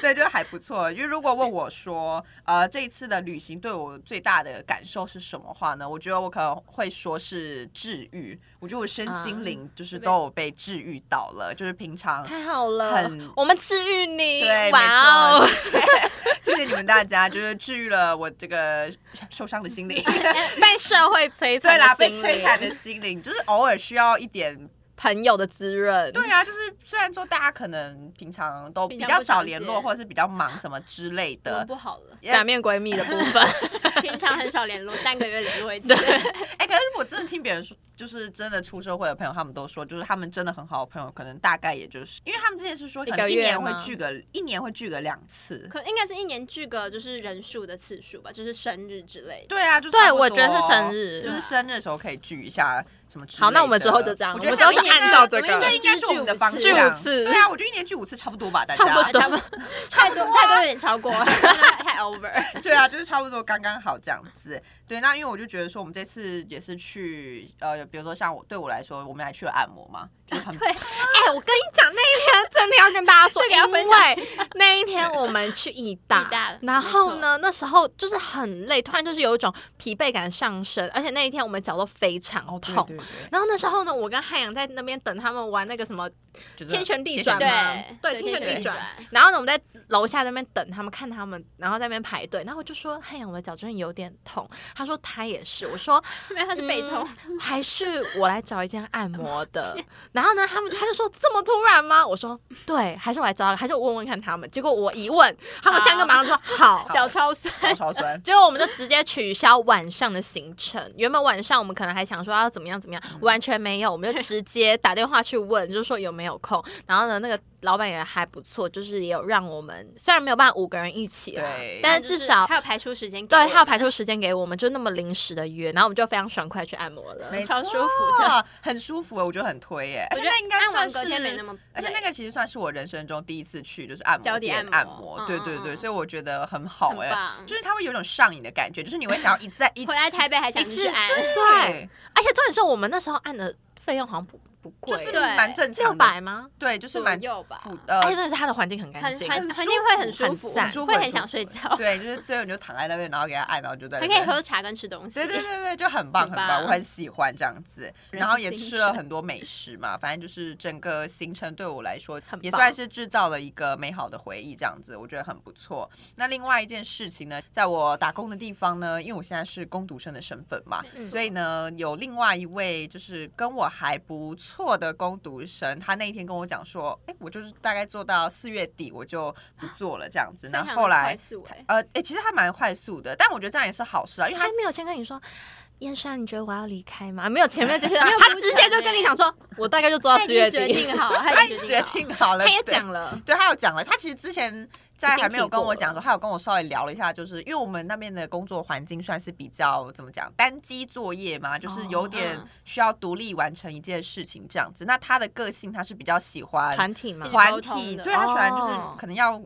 Speaker 2: 对，就还不错。因为如果问我说，呃，这一次的旅行对我最大的感受是什么话呢？我觉得我可能会说是治愈。我觉得我身心灵就是都有被治愈到了，就是平常
Speaker 1: 太好了
Speaker 2: 很，
Speaker 1: 我们治愈你
Speaker 2: 对，，
Speaker 1: 哇
Speaker 2: 没
Speaker 1: 哦
Speaker 2: 错，！谢谢谢谢你们大家，就是治愈了我这个受伤的心 灵。
Speaker 1: 被社会摧残，
Speaker 2: 对啦，被摧残的心灵，就是偶尔需要一点
Speaker 1: 朋友的滋润，
Speaker 2: 对啊，就是虽然说大家可能平常都比
Speaker 3: 平常
Speaker 2: 较
Speaker 3: 不
Speaker 2: 少
Speaker 3: 常
Speaker 2: 联
Speaker 3: 见
Speaker 2: 络，或者是比较忙什么之类
Speaker 3: 我们
Speaker 2: 的，
Speaker 3: 不好了，
Speaker 2: 也
Speaker 1: 假面闺蜜的部分，
Speaker 3: 平常很少联络，三个月联络一次。
Speaker 2: 哎、可是我真的听别人说，就是真的出社会的朋友，他们都说，就是他们真的很好的朋友，可能大概也就是，因为他们之前是说，
Speaker 1: 一
Speaker 2: 可能
Speaker 1: 个
Speaker 2: 一
Speaker 1: 月
Speaker 2: 年会
Speaker 1: 吗
Speaker 2: 聚个一年会聚个两次。
Speaker 3: 可应该是一年聚个就是人数的次数吧，就是生日之类的。
Speaker 2: 对啊，就
Speaker 1: 对
Speaker 2: 差不
Speaker 1: 我觉得
Speaker 2: 多
Speaker 1: 是生日啊
Speaker 2: 就是
Speaker 3: 对
Speaker 2: 生日的时候可以聚一下什么之类的。
Speaker 1: 好那我们之后就这样
Speaker 2: 我觉得
Speaker 1: 我们之后
Speaker 2: 像
Speaker 1: 就
Speaker 2: 一年
Speaker 1: 按照这个
Speaker 2: 我觉得这应该是我们的方向。
Speaker 1: 聚五次
Speaker 2: 对啊，我觉得一年聚五次差不多吧，大家。
Speaker 1: 差不多
Speaker 3: 啊差不多，太
Speaker 2: 啊
Speaker 3: 多太多有点超过，太 over。
Speaker 2: 对啊，就是差不多刚刚好这样子。对，那因为我就觉得说，我们这次也是去呃比如说像我对我来说，我们还去了按摩嘛，就 是 很
Speaker 1: 哎、我跟你讲，那一天 真的要跟大家说，
Speaker 3: 这个要
Speaker 1: 因
Speaker 3: 分享
Speaker 1: 为那一天我们去义大，
Speaker 3: 义大
Speaker 1: 然后呢，那时候就是很累，突然就是有一种疲惫感上升，而且那一天我们脚都非常痛。
Speaker 2: 对对
Speaker 1: 然后那时候呢，我跟汉阳在那边等他们玩那个什么，
Speaker 2: 就是
Speaker 1: 天旋地转嘛
Speaker 3: 啊对
Speaker 1: 对天旋
Speaker 3: 旋
Speaker 1: 地转，然后呢，我们在楼下那边等他们，看他们，然后在那边排队。然后我就说：“汉阳，我的脚真的有点痛。”他说：“他也是。”我说：“
Speaker 3: 没有，它是背痛，
Speaker 1: 还是我来找一间按摩的。然后呢，他们他就说这么突然吗？我说对，还是我来找，还是我问问看他们。结果我一问，他们三个马上说好。。
Speaker 3: 脚超 酸。
Speaker 2: 超超酸
Speaker 1: 结果我们就直接取消晚上的行程。原本晚上我们可能还想说要怎么样怎么样，
Speaker 2: 嗯
Speaker 1: 完全没有，我们就直接打电话去问，就说有没有空。然后呢，那个老板也还不错，就是也有让我们虽然没有办法五个人一起啦
Speaker 2: 对，
Speaker 1: 但至少
Speaker 3: 还有排出时间，
Speaker 1: 对他有排出时间给我们，就那么临时的约，然后我们就非常爽快去按摩了。
Speaker 2: 没
Speaker 3: 超
Speaker 2: 错
Speaker 3: 舒服的。
Speaker 2: 啊，很舒服，我觉得很推耶。而
Speaker 3: 我
Speaker 2: 且
Speaker 3: 觉得
Speaker 2: 那应该
Speaker 3: 按完
Speaker 2: 算
Speaker 3: 隔天没那
Speaker 2: 是，
Speaker 3: 么累，
Speaker 2: 而且那个其实算是我人生中第一次去，就是按
Speaker 3: 脚
Speaker 2: 摩
Speaker 3: 底
Speaker 2: 店
Speaker 3: 按
Speaker 2: 按
Speaker 3: 摩
Speaker 2: 摩
Speaker 3: 嗯。
Speaker 2: 对
Speaker 3: 嗯
Speaker 2: 对对，
Speaker 3: 嗯
Speaker 2: 所以我觉得很好
Speaker 3: 很
Speaker 2: 哎，
Speaker 3: 棒
Speaker 2: 就是它会有一种上瘾的感觉，就是你会想要一 再一
Speaker 3: 回来台北还想
Speaker 1: 一
Speaker 3: 去
Speaker 1: 次
Speaker 3: 按，
Speaker 2: 对，
Speaker 1: 而且重点是我们那时候按的费用好像不不贵，
Speaker 2: 就是
Speaker 3: 对
Speaker 2: 蛮正
Speaker 1: 六
Speaker 2: 常的，
Speaker 1: 百吗？
Speaker 2: 对，就是
Speaker 3: 左
Speaker 2: 蛮
Speaker 3: 右吧，
Speaker 2: 普
Speaker 1: 而
Speaker 2: 呃
Speaker 1: 且重点是它的环境很干
Speaker 3: 很
Speaker 1: 净，
Speaker 3: 很
Speaker 2: 很
Speaker 3: 环
Speaker 2: 舒
Speaker 3: 境会
Speaker 2: 服
Speaker 3: 很舒
Speaker 1: 很
Speaker 3: 服，
Speaker 1: 赞
Speaker 2: 舒服
Speaker 3: 会
Speaker 2: 很
Speaker 3: 很
Speaker 2: 舒
Speaker 3: 想
Speaker 2: 服
Speaker 3: 睡觉，
Speaker 2: 对，就是最后你就躺在那边，然后给他按，然后就在那
Speaker 3: 还可以
Speaker 2: 边。
Speaker 3: 喝茶跟吃东西。
Speaker 2: 对对对对，就很棒
Speaker 3: 很
Speaker 2: 很
Speaker 3: 棒
Speaker 2: 棒，我很喜欢这样子。
Speaker 3: 人
Speaker 2: 然后也
Speaker 3: 精
Speaker 2: 吃了
Speaker 3: 神
Speaker 2: 很多美食嘛，反正就是整个行程对我来说
Speaker 1: 很
Speaker 2: 也
Speaker 1: 棒
Speaker 2: 算是制造了一个美好的回忆，这样子我觉得很不错。那另外一件事情呢，在我打工的地方呢，因为我现在是工读生的身份嘛，
Speaker 1: 嗯
Speaker 2: 所以呢有另外一位就是跟我还不错的工读生，他那一天跟我讲说，哎，我就是大概做到四月底我就不做了这样子。
Speaker 3: 非
Speaker 2: 那
Speaker 3: 常
Speaker 2: 后
Speaker 3: 快
Speaker 2: 来。
Speaker 3: 速欸
Speaker 2: 呃，哎、其实他蛮快速的，但我觉得这样也是好事啊，因为他
Speaker 1: 他没有先跟你说。燕山，你觉得我要离开吗？没有前面这些，
Speaker 3: 没有
Speaker 1: 他
Speaker 3: 铺
Speaker 1: 直
Speaker 3: 陈
Speaker 1: 接就跟
Speaker 3: 欸
Speaker 1: 你讲说，我大概就做到
Speaker 3: 他已
Speaker 1: 四
Speaker 3: 经
Speaker 1: 月
Speaker 3: 决
Speaker 1: 底。
Speaker 3: 定好， 他
Speaker 2: 他
Speaker 3: 已经
Speaker 2: 已经决
Speaker 3: 好。
Speaker 2: 定好了，
Speaker 1: 他也
Speaker 2: 对
Speaker 1: 讲了，
Speaker 2: 对，他有讲了。他其实之前在
Speaker 1: 已经
Speaker 2: 还没有
Speaker 1: 提
Speaker 2: 跟
Speaker 1: 过
Speaker 2: 我讲的时
Speaker 1: 了
Speaker 2: 候，他有跟我稍微聊了一下，就是因为我们那边的工作环境算是比较怎么讲，单机作业嘛，就是有点
Speaker 3: 嗯
Speaker 2: 需要独立完成一件事情这样子。那他的个性，他是比较喜欢
Speaker 1: 团体嘛
Speaker 3: 一直，沟
Speaker 2: 团
Speaker 3: 通
Speaker 2: 体，
Speaker 3: 的
Speaker 2: 对他喜欢就是
Speaker 1: 哦
Speaker 2: 可能要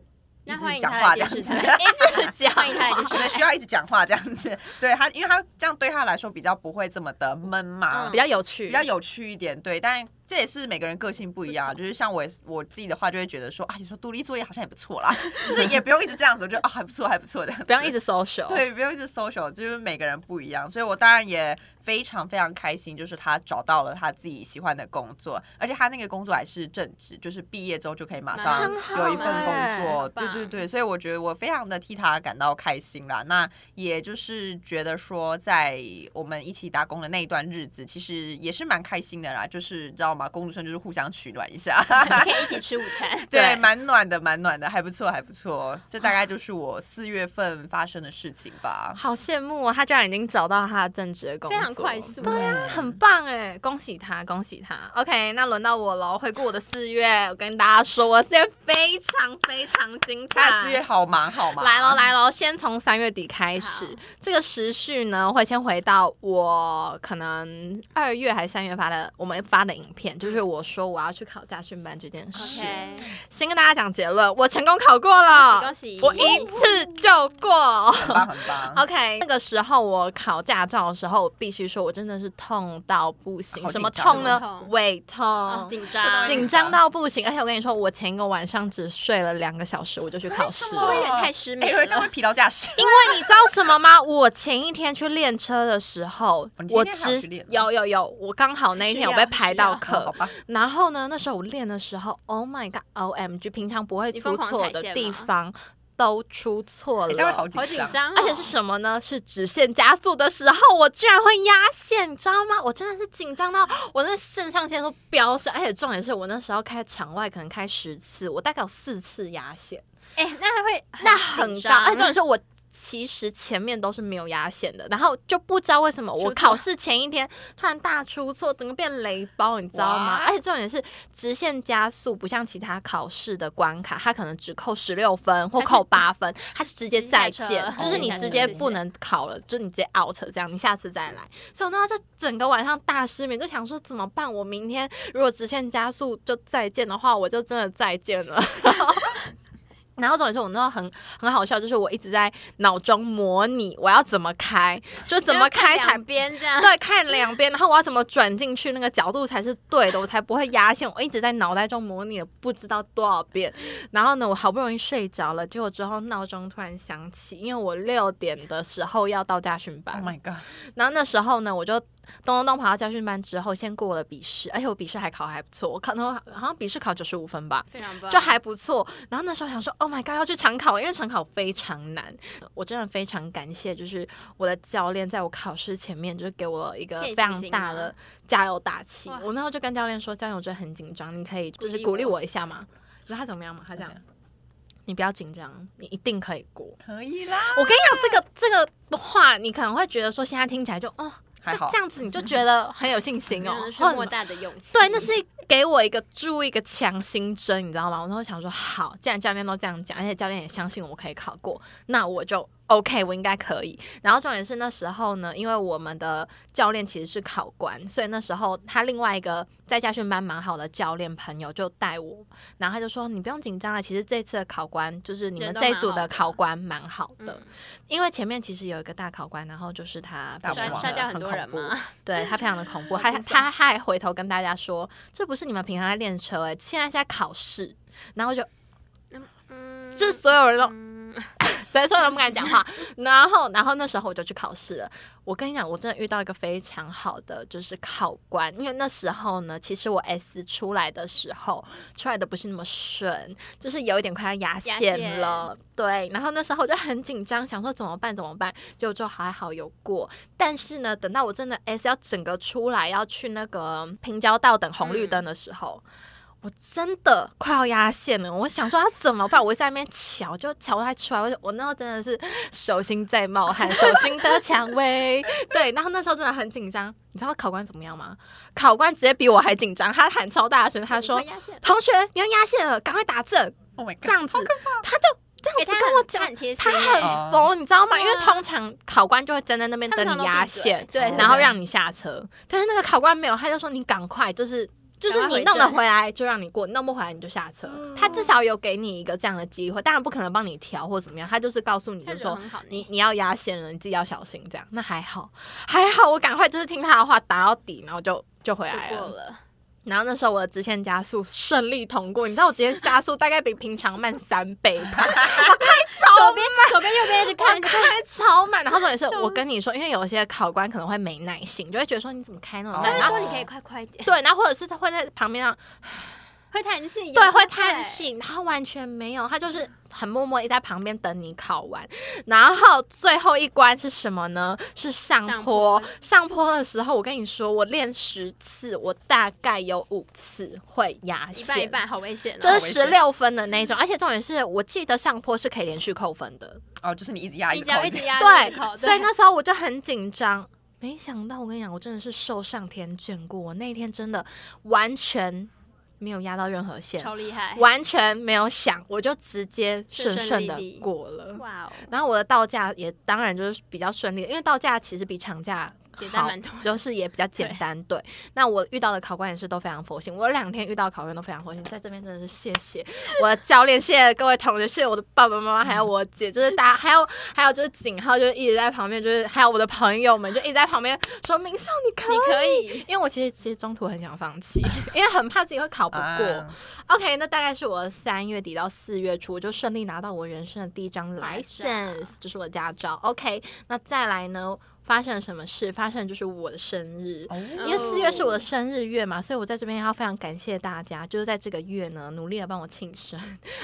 Speaker 2: 一
Speaker 3: 那欢
Speaker 2: 直
Speaker 3: 迎
Speaker 2: 讲
Speaker 3: 他
Speaker 2: 话
Speaker 3: 来电
Speaker 2: 这样
Speaker 3: 视
Speaker 2: 子。
Speaker 3: 台，一直 讲，欢迎他来
Speaker 2: 可
Speaker 3: 电
Speaker 2: 能
Speaker 3: 视
Speaker 2: 需
Speaker 3: 台。
Speaker 2: 要一直讲话这样子，对他，因为他这样对他来说比较不会这么的闷嘛，
Speaker 3: 嗯
Speaker 1: 比较有趣，
Speaker 2: 比较有趣一点，对，但这也是每个人个性不一样啊。就是像我也是我自己的话，就会觉得说啊，有时候独立作业好像也不错啦，就是也不用一直这样子，我觉得啊还不错，还不错这样子，
Speaker 1: 不要一直 social。，
Speaker 2: 对，不用一直 social，就是每个人不一样，所以我当然也非常非常开心，就是他找到了他自己喜欢的工作，而且他那个工作还是正职，就是毕业之后就可以马上
Speaker 1: 很好
Speaker 2: 有一份
Speaker 1: 欸
Speaker 2: 工作，
Speaker 3: 很
Speaker 2: 对
Speaker 3: 棒
Speaker 2: 对对，所以我觉得我非常的替他感到开心啦。那也就是觉得说，在我们一起打工的那一段日子，其实也是蛮开心的啦，就是知道吗？工读生就是互相取暖一下。
Speaker 3: 可以一起吃午餐。
Speaker 2: 对，
Speaker 1: 对
Speaker 2: 蛮暖的，蛮暖的，还不错，还不错。这大概就是我四月份发生的事情吧。
Speaker 1: 好羡慕哦，他居然已经找到他的正职的工作，
Speaker 3: 非常快速
Speaker 1: 对啊，很棒哎，恭喜他，恭喜他。OK，那轮到我喽。回顾我的四月，我跟大家说，我四月非常非常精彩。
Speaker 2: 大四月好忙好
Speaker 1: 啊
Speaker 2: 忙，
Speaker 1: 来喽来喽，先从三月底开始
Speaker 3: 好，
Speaker 1: 这个时序呢会先回到我可能二月还是三月发的我们发的影片，就是我说我要去考驾训班这件事。
Speaker 3: OK，
Speaker 1: 先跟大家讲结论，我成功考过了，
Speaker 3: 恭喜
Speaker 1: 我一次就过。
Speaker 2: 很棒很棒。
Speaker 1: OK，那个时候我考驾照的时候，我必须说我真的是痛到不行，
Speaker 2: 好
Speaker 1: 什
Speaker 2: 紧
Speaker 1: 么
Speaker 2: 张
Speaker 1: 痛
Speaker 3: 什么
Speaker 1: 呢？
Speaker 3: 痛
Speaker 1: 胃
Speaker 3: 哦
Speaker 1: 痛。
Speaker 3: 紧张，
Speaker 1: 紧张到不行，而且我跟你说，我前一个晚上只睡了两个小时，我就去考试
Speaker 3: 我
Speaker 1: 了
Speaker 3: 有。点太失
Speaker 2: 哎，
Speaker 3: 眠
Speaker 2: 有人这样
Speaker 3: 了
Speaker 2: 会。疲劳驾驶，
Speaker 1: 因为你知道什么吗？我前一天去练车的时候
Speaker 2: 哦你，前一
Speaker 1: 我
Speaker 2: 天还有
Speaker 1: 只
Speaker 2: 去练吗
Speaker 1: 有有有，我刚好那一
Speaker 3: 需
Speaker 1: 天
Speaker 3: 要
Speaker 1: 我被排到
Speaker 2: 哦好
Speaker 1: 课，
Speaker 2: 吧？
Speaker 1: 然后呢，那时候我练的时候，Oh my God，OMG，平常不会
Speaker 3: 你
Speaker 1: 出
Speaker 3: 疯狂
Speaker 1: 错
Speaker 3: 踩
Speaker 1: 的
Speaker 3: 线
Speaker 1: 地
Speaker 3: 吗
Speaker 1: 方都出错
Speaker 2: 哎这样会
Speaker 1: 了
Speaker 2: 好。
Speaker 3: 好紧
Speaker 2: 紧张。
Speaker 3: 张哦，
Speaker 1: 而且是什么呢？是直线加速的时候，我居然会压线，你知道吗？我真的是紧张到我那肾上腺素飙升，而且重点是我那时候开场外可能开十次，我大概有四次压线，
Speaker 3: 哎，那会
Speaker 1: 那很哎
Speaker 3: 紧
Speaker 1: 高。
Speaker 3: 张
Speaker 1: 而且重点是我其实前面都是没有压线的，然后就不知道为什么我
Speaker 3: 出错
Speaker 1: 考试前一天突然大出错，整个变雷包，你知道吗？
Speaker 2: 哇
Speaker 1: 而且重点是直线加速不像其他考试的关卡，它可能只扣十六分或
Speaker 3: 它是
Speaker 1: 扣八分，它是直接再
Speaker 3: 直接
Speaker 1: 见
Speaker 3: 下，车
Speaker 1: 就是你
Speaker 2: 哦
Speaker 1: 直接不能考了，就你直接 out 这样，你下次再来。所以我那时候就整个晚上大失眠，就想说怎么办？我明天如果直线加速就再见的话，我就真的再见了。然后重点是我那时候很很好笑，就是我一直在脑中模拟我要怎么开，就怎么开
Speaker 3: 就
Speaker 1: 才
Speaker 3: 是看两边这样？
Speaker 1: 对，看两边，然后我要怎么转进去，那个角度才是对的，我才不会压线。我一直在脑袋中模拟了不知道多少遍，然后呢，我好不容易睡着了，结果之后闹钟突然响起，因为我六点的时候要到家训班
Speaker 2: Oh my god！
Speaker 1: 然后那时候呢，我就咚咚咚跑到家训班之后，先过我的笔试，而且我笔试还考还不错，我考那时候好像笔试考九十五分吧，
Speaker 3: 非常棒，
Speaker 1: 就还不错。然后那时候想说，Oh my god，要去长考，因为长考非常难。我真的非常感谢，就是我的教练在我考试前面就是给我一个
Speaker 3: 可以
Speaker 1: 非
Speaker 3: 信
Speaker 1: 常
Speaker 3: 心
Speaker 1: 大
Speaker 3: 吗
Speaker 1: 的加油打气
Speaker 3: 哇。
Speaker 1: 我那时候就跟教练说，教练我真的很紧张，你可以就是
Speaker 3: 鼓
Speaker 1: 鼓
Speaker 3: 励
Speaker 1: 励
Speaker 3: 我
Speaker 1: 我一下嘛。你知道他怎么样吗？他这样
Speaker 2: 他怎，
Speaker 1: 你不要紧张，你一定可以过。
Speaker 2: 可以啦，
Speaker 1: 我跟你讲， 这个这个的话，你可能会觉得说现在听起来就哦，
Speaker 2: 还
Speaker 1: 这
Speaker 2: 好
Speaker 1: 这。样子你就觉得很有信心 哦
Speaker 3: 真的，是
Speaker 1: 或者
Speaker 3: 莫大的勇气。
Speaker 1: 对，那是给我一个注一个强心针，你知道吗？我那时候想说，好，既然教练都这样讲，而且教练也相信我可以考过，那我就 OK，我应该可以。然后重点是那时候呢，因为我们的教练其实是考官，所以那时候他另外一个在家训班蛮好的教练朋友就带我，然后他就说你不用紧张啊，其实这次的考官就是你们
Speaker 3: 人都
Speaker 1: 这一组
Speaker 3: 蛮好
Speaker 1: 的
Speaker 3: 的
Speaker 1: 考官蛮好的，
Speaker 3: 嗯，
Speaker 1: 因为前面其实有一个大考官，然后就是他
Speaker 2: 大
Speaker 1: 非常
Speaker 2: 魔
Speaker 1: 的
Speaker 2: 王
Speaker 3: 杀掉很多
Speaker 1: 恐
Speaker 3: 人
Speaker 1: 怖
Speaker 3: 嘛，
Speaker 1: 对他非常的恐怖，还
Speaker 3: 惊悚
Speaker 1: 他他还回头跟大家说，这不是你们平常在练车、欸，现在是在考试。然后就
Speaker 3: 嗯，
Speaker 1: 就是哦所有人都，
Speaker 3: 嗯
Speaker 1: 对，所有人不敢讲话。然后，然后那时候我就去考试了。我跟你讲，我真的遇到一个非常好的就是考官，因为那时候呢，其实我 S 出来的时候出来的不是那么顺，就是有一点快要压
Speaker 3: 压
Speaker 1: 线
Speaker 3: 线
Speaker 1: 了。对，然后那时候我就很紧张，想说怎么办怎么办，结果就还好有过。但是呢，等到我真的 S 要整个出来，要去那个平交道等红绿灯的时候。我真的快要压线了，我想说要怎么办？我在那边瞧，就瞧不太出来。我就我那时候真的是手心在冒汗，手心的蔷薇。对，然后那时候真的很紧张。你知道考官怎么样吗？考官直接比我还紧张，他喊超大声，他说
Speaker 3: 你会压线：“
Speaker 1: 同学，你要压线了，赶快打正。
Speaker 2: Oh my ” god！
Speaker 1: 这样子，哎他就这样
Speaker 3: 欸
Speaker 1: 子
Speaker 3: 他
Speaker 1: 跟
Speaker 3: 很
Speaker 1: 我讲
Speaker 3: 他，很贴心
Speaker 1: 他
Speaker 3: 欸，
Speaker 1: 很疯，你知道吗？因为
Speaker 3: 对啊
Speaker 1: 通常考官就会站在那边
Speaker 3: 他
Speaker 1: 等
Speaker 3: 们
Speaker 1: 你
Speaker 3: 通常都
Speaker 1: 压
Speaker 3: 闭嘴
Speaker 1: 线，
Speaker 3: 对，
Speaker 2: 对
Speaker 1: 然后
Speaker 2: 对
Speaker 1: 让你下车。但是那个考官没有，他就说你赶快，就是就是
Speaker 3: 赶快
Speaker 1: 你
Speaker 3: 回
Speaker 1: 弄得
Speaker 3: 正嗯
Speaker 1: 回来就让你过，你弄不回来你就下车。他至少有给你一个这样的机会，当然不可能帮你调或怎么样，他就是告诉你，
Speaker 3: 他
Speaker 1: 就
Speaker 3: 人
Speaker 1: 说
Speaker 3: 很好呢，
Speaker 1: 你你要压线了，你自己要小心这样。那还好，还好，我赶快就是听他的话打到底，然后就就回来
Speaker 3: 就过
Speaker 1: 了。
Speaker 3: 了，
Speaker 1: 然后那时候我的直线加速顺利通过，你知道我直线加速大概比平常慢三倍 吧，我开超
Speaker 3: 左边左边右边一直看
Speaker 1: 我
Speaker 3: 着，
Speaker 1: 开超慢，然后重点是我跟你说，因为有一些考官可能会没耐心，就会觉得说你怎么开那么
Speaker 2: 哦
Speaker 1: 慢，
Speaker 3: 他
Speaker 1: 然后
Speaker 3: 会说你可以快快一点，
Speaker 1: 对，然后或者是他会在旁边让啊
Speaker 3: 会叹气，
Speaker 1: 对
Speaker 3: 有
Speaker 1: 会
Speaker 3: 快
Speaker 1: 叹，气，他完全没有，他就是很默默地在旁边等你考完，然后最后一关是什么呢？是上
Speaker 3: 上
Speaker 1: 坡
Speaker 3: 坡。
Speaker 1: 上坡的时候，我跟你说，我练十次，我大概有五次会压
Speaker 3: 一
Speaker 1: 线，
Speaker 3: 半一半，好危险哦，
Speaker 1: 就是
Speaker 2: 好
Speaker 1: 十
Speaker 2: 危险
Speaker 1: 六分的那一种，而且重点是我记得上坡是可以连续扣分的。
Speaker 2: 哦，就是你一直压，
Speaker 3: 一
Speaker 2: 直扣
Speaker 3: 直，压一直扣
Speaker 1: 对，
Speaker 3: 对
Speaker 1: 所以那时候我就很紧张。没想到，我跟你讲，我真的是受上天眷顾，我那一天真的完全没有压到任何线，
Speaker 3: 超厉害，
Speaker 1: 完全没有想，我就直接顺顺
Speaker 3: 顺顺
Speaker 1: 的
Speaker 3: 利利
Speaker 1: 过了。
Speaker 3: 哇 哦，
Speaker 1: 然后我的到价也当然就是比较顺利，因为到价其实比长价
Speaker 3: 简单
Speaker 1: 好
Speaker 3: 蛮多，
Speaker 1: 就是也比较简单。对，那我遇到的考官也是都非常佛心，我两天遇到的考官都非常佛心，在这边真的是谢谢我的教练，谢谢各位同学，谢谢我的爸爸妈妈，还有我姐，就是大家，还有还有就是景浩，就是一直在旁边，就是还有我的朋友们，就一直在旁边说明秀你可以
Speaker 3: 你。可以，
Speaker 1: 因为我其实其实中途很想放弃，因为很怕自己会考不过。
Speaker 2: 啊
Speaker 1: OK，那大概是我三月底到四月初，我就顺利拿到我人生的第一张
Speaker 3: 驾照
Speaker 1: license，就是我的驾照。OK，那再来呢？发生了什么事？发生的就是我的生日。
Speaker 2: 哦，
Speaker 1: 因为四月是我的生日月嘛，所以我在这边要非常感谢大家，就是在这个月呢，努力的帮我庆生，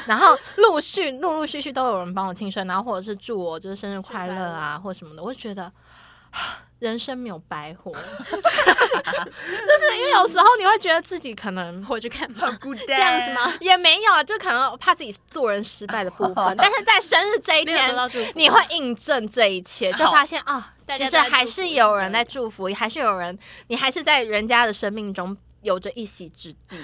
Speaker 1: 然后陆续陆陆续续都有人帮我庆生，然后或者是祝我就是生日快乐啊，或什么的，我就觉得 啊人生没有白 活，就是因为有时候你会觉得自己可能
Speaker 3: 我去看嘛，
Speaker 2: 很孤单，
Speaker 3: 这样子吗？
Speaker 1: 也没有啊，就可能怕自己做人失败的部分， 但是在生日这一
Speaker 3: 没有
Speaker 1: 天
Speaker 3: 收，到 祝福，
Speaker 1: 你会印证这一切，就发现啊、
Speaker 3: 大
Speaker 1: 其实
Speaker 3: 家都在祝福
Speaker 1: 还是有人在祝福，还是有人，你还是在人家的生命中有着一席之地。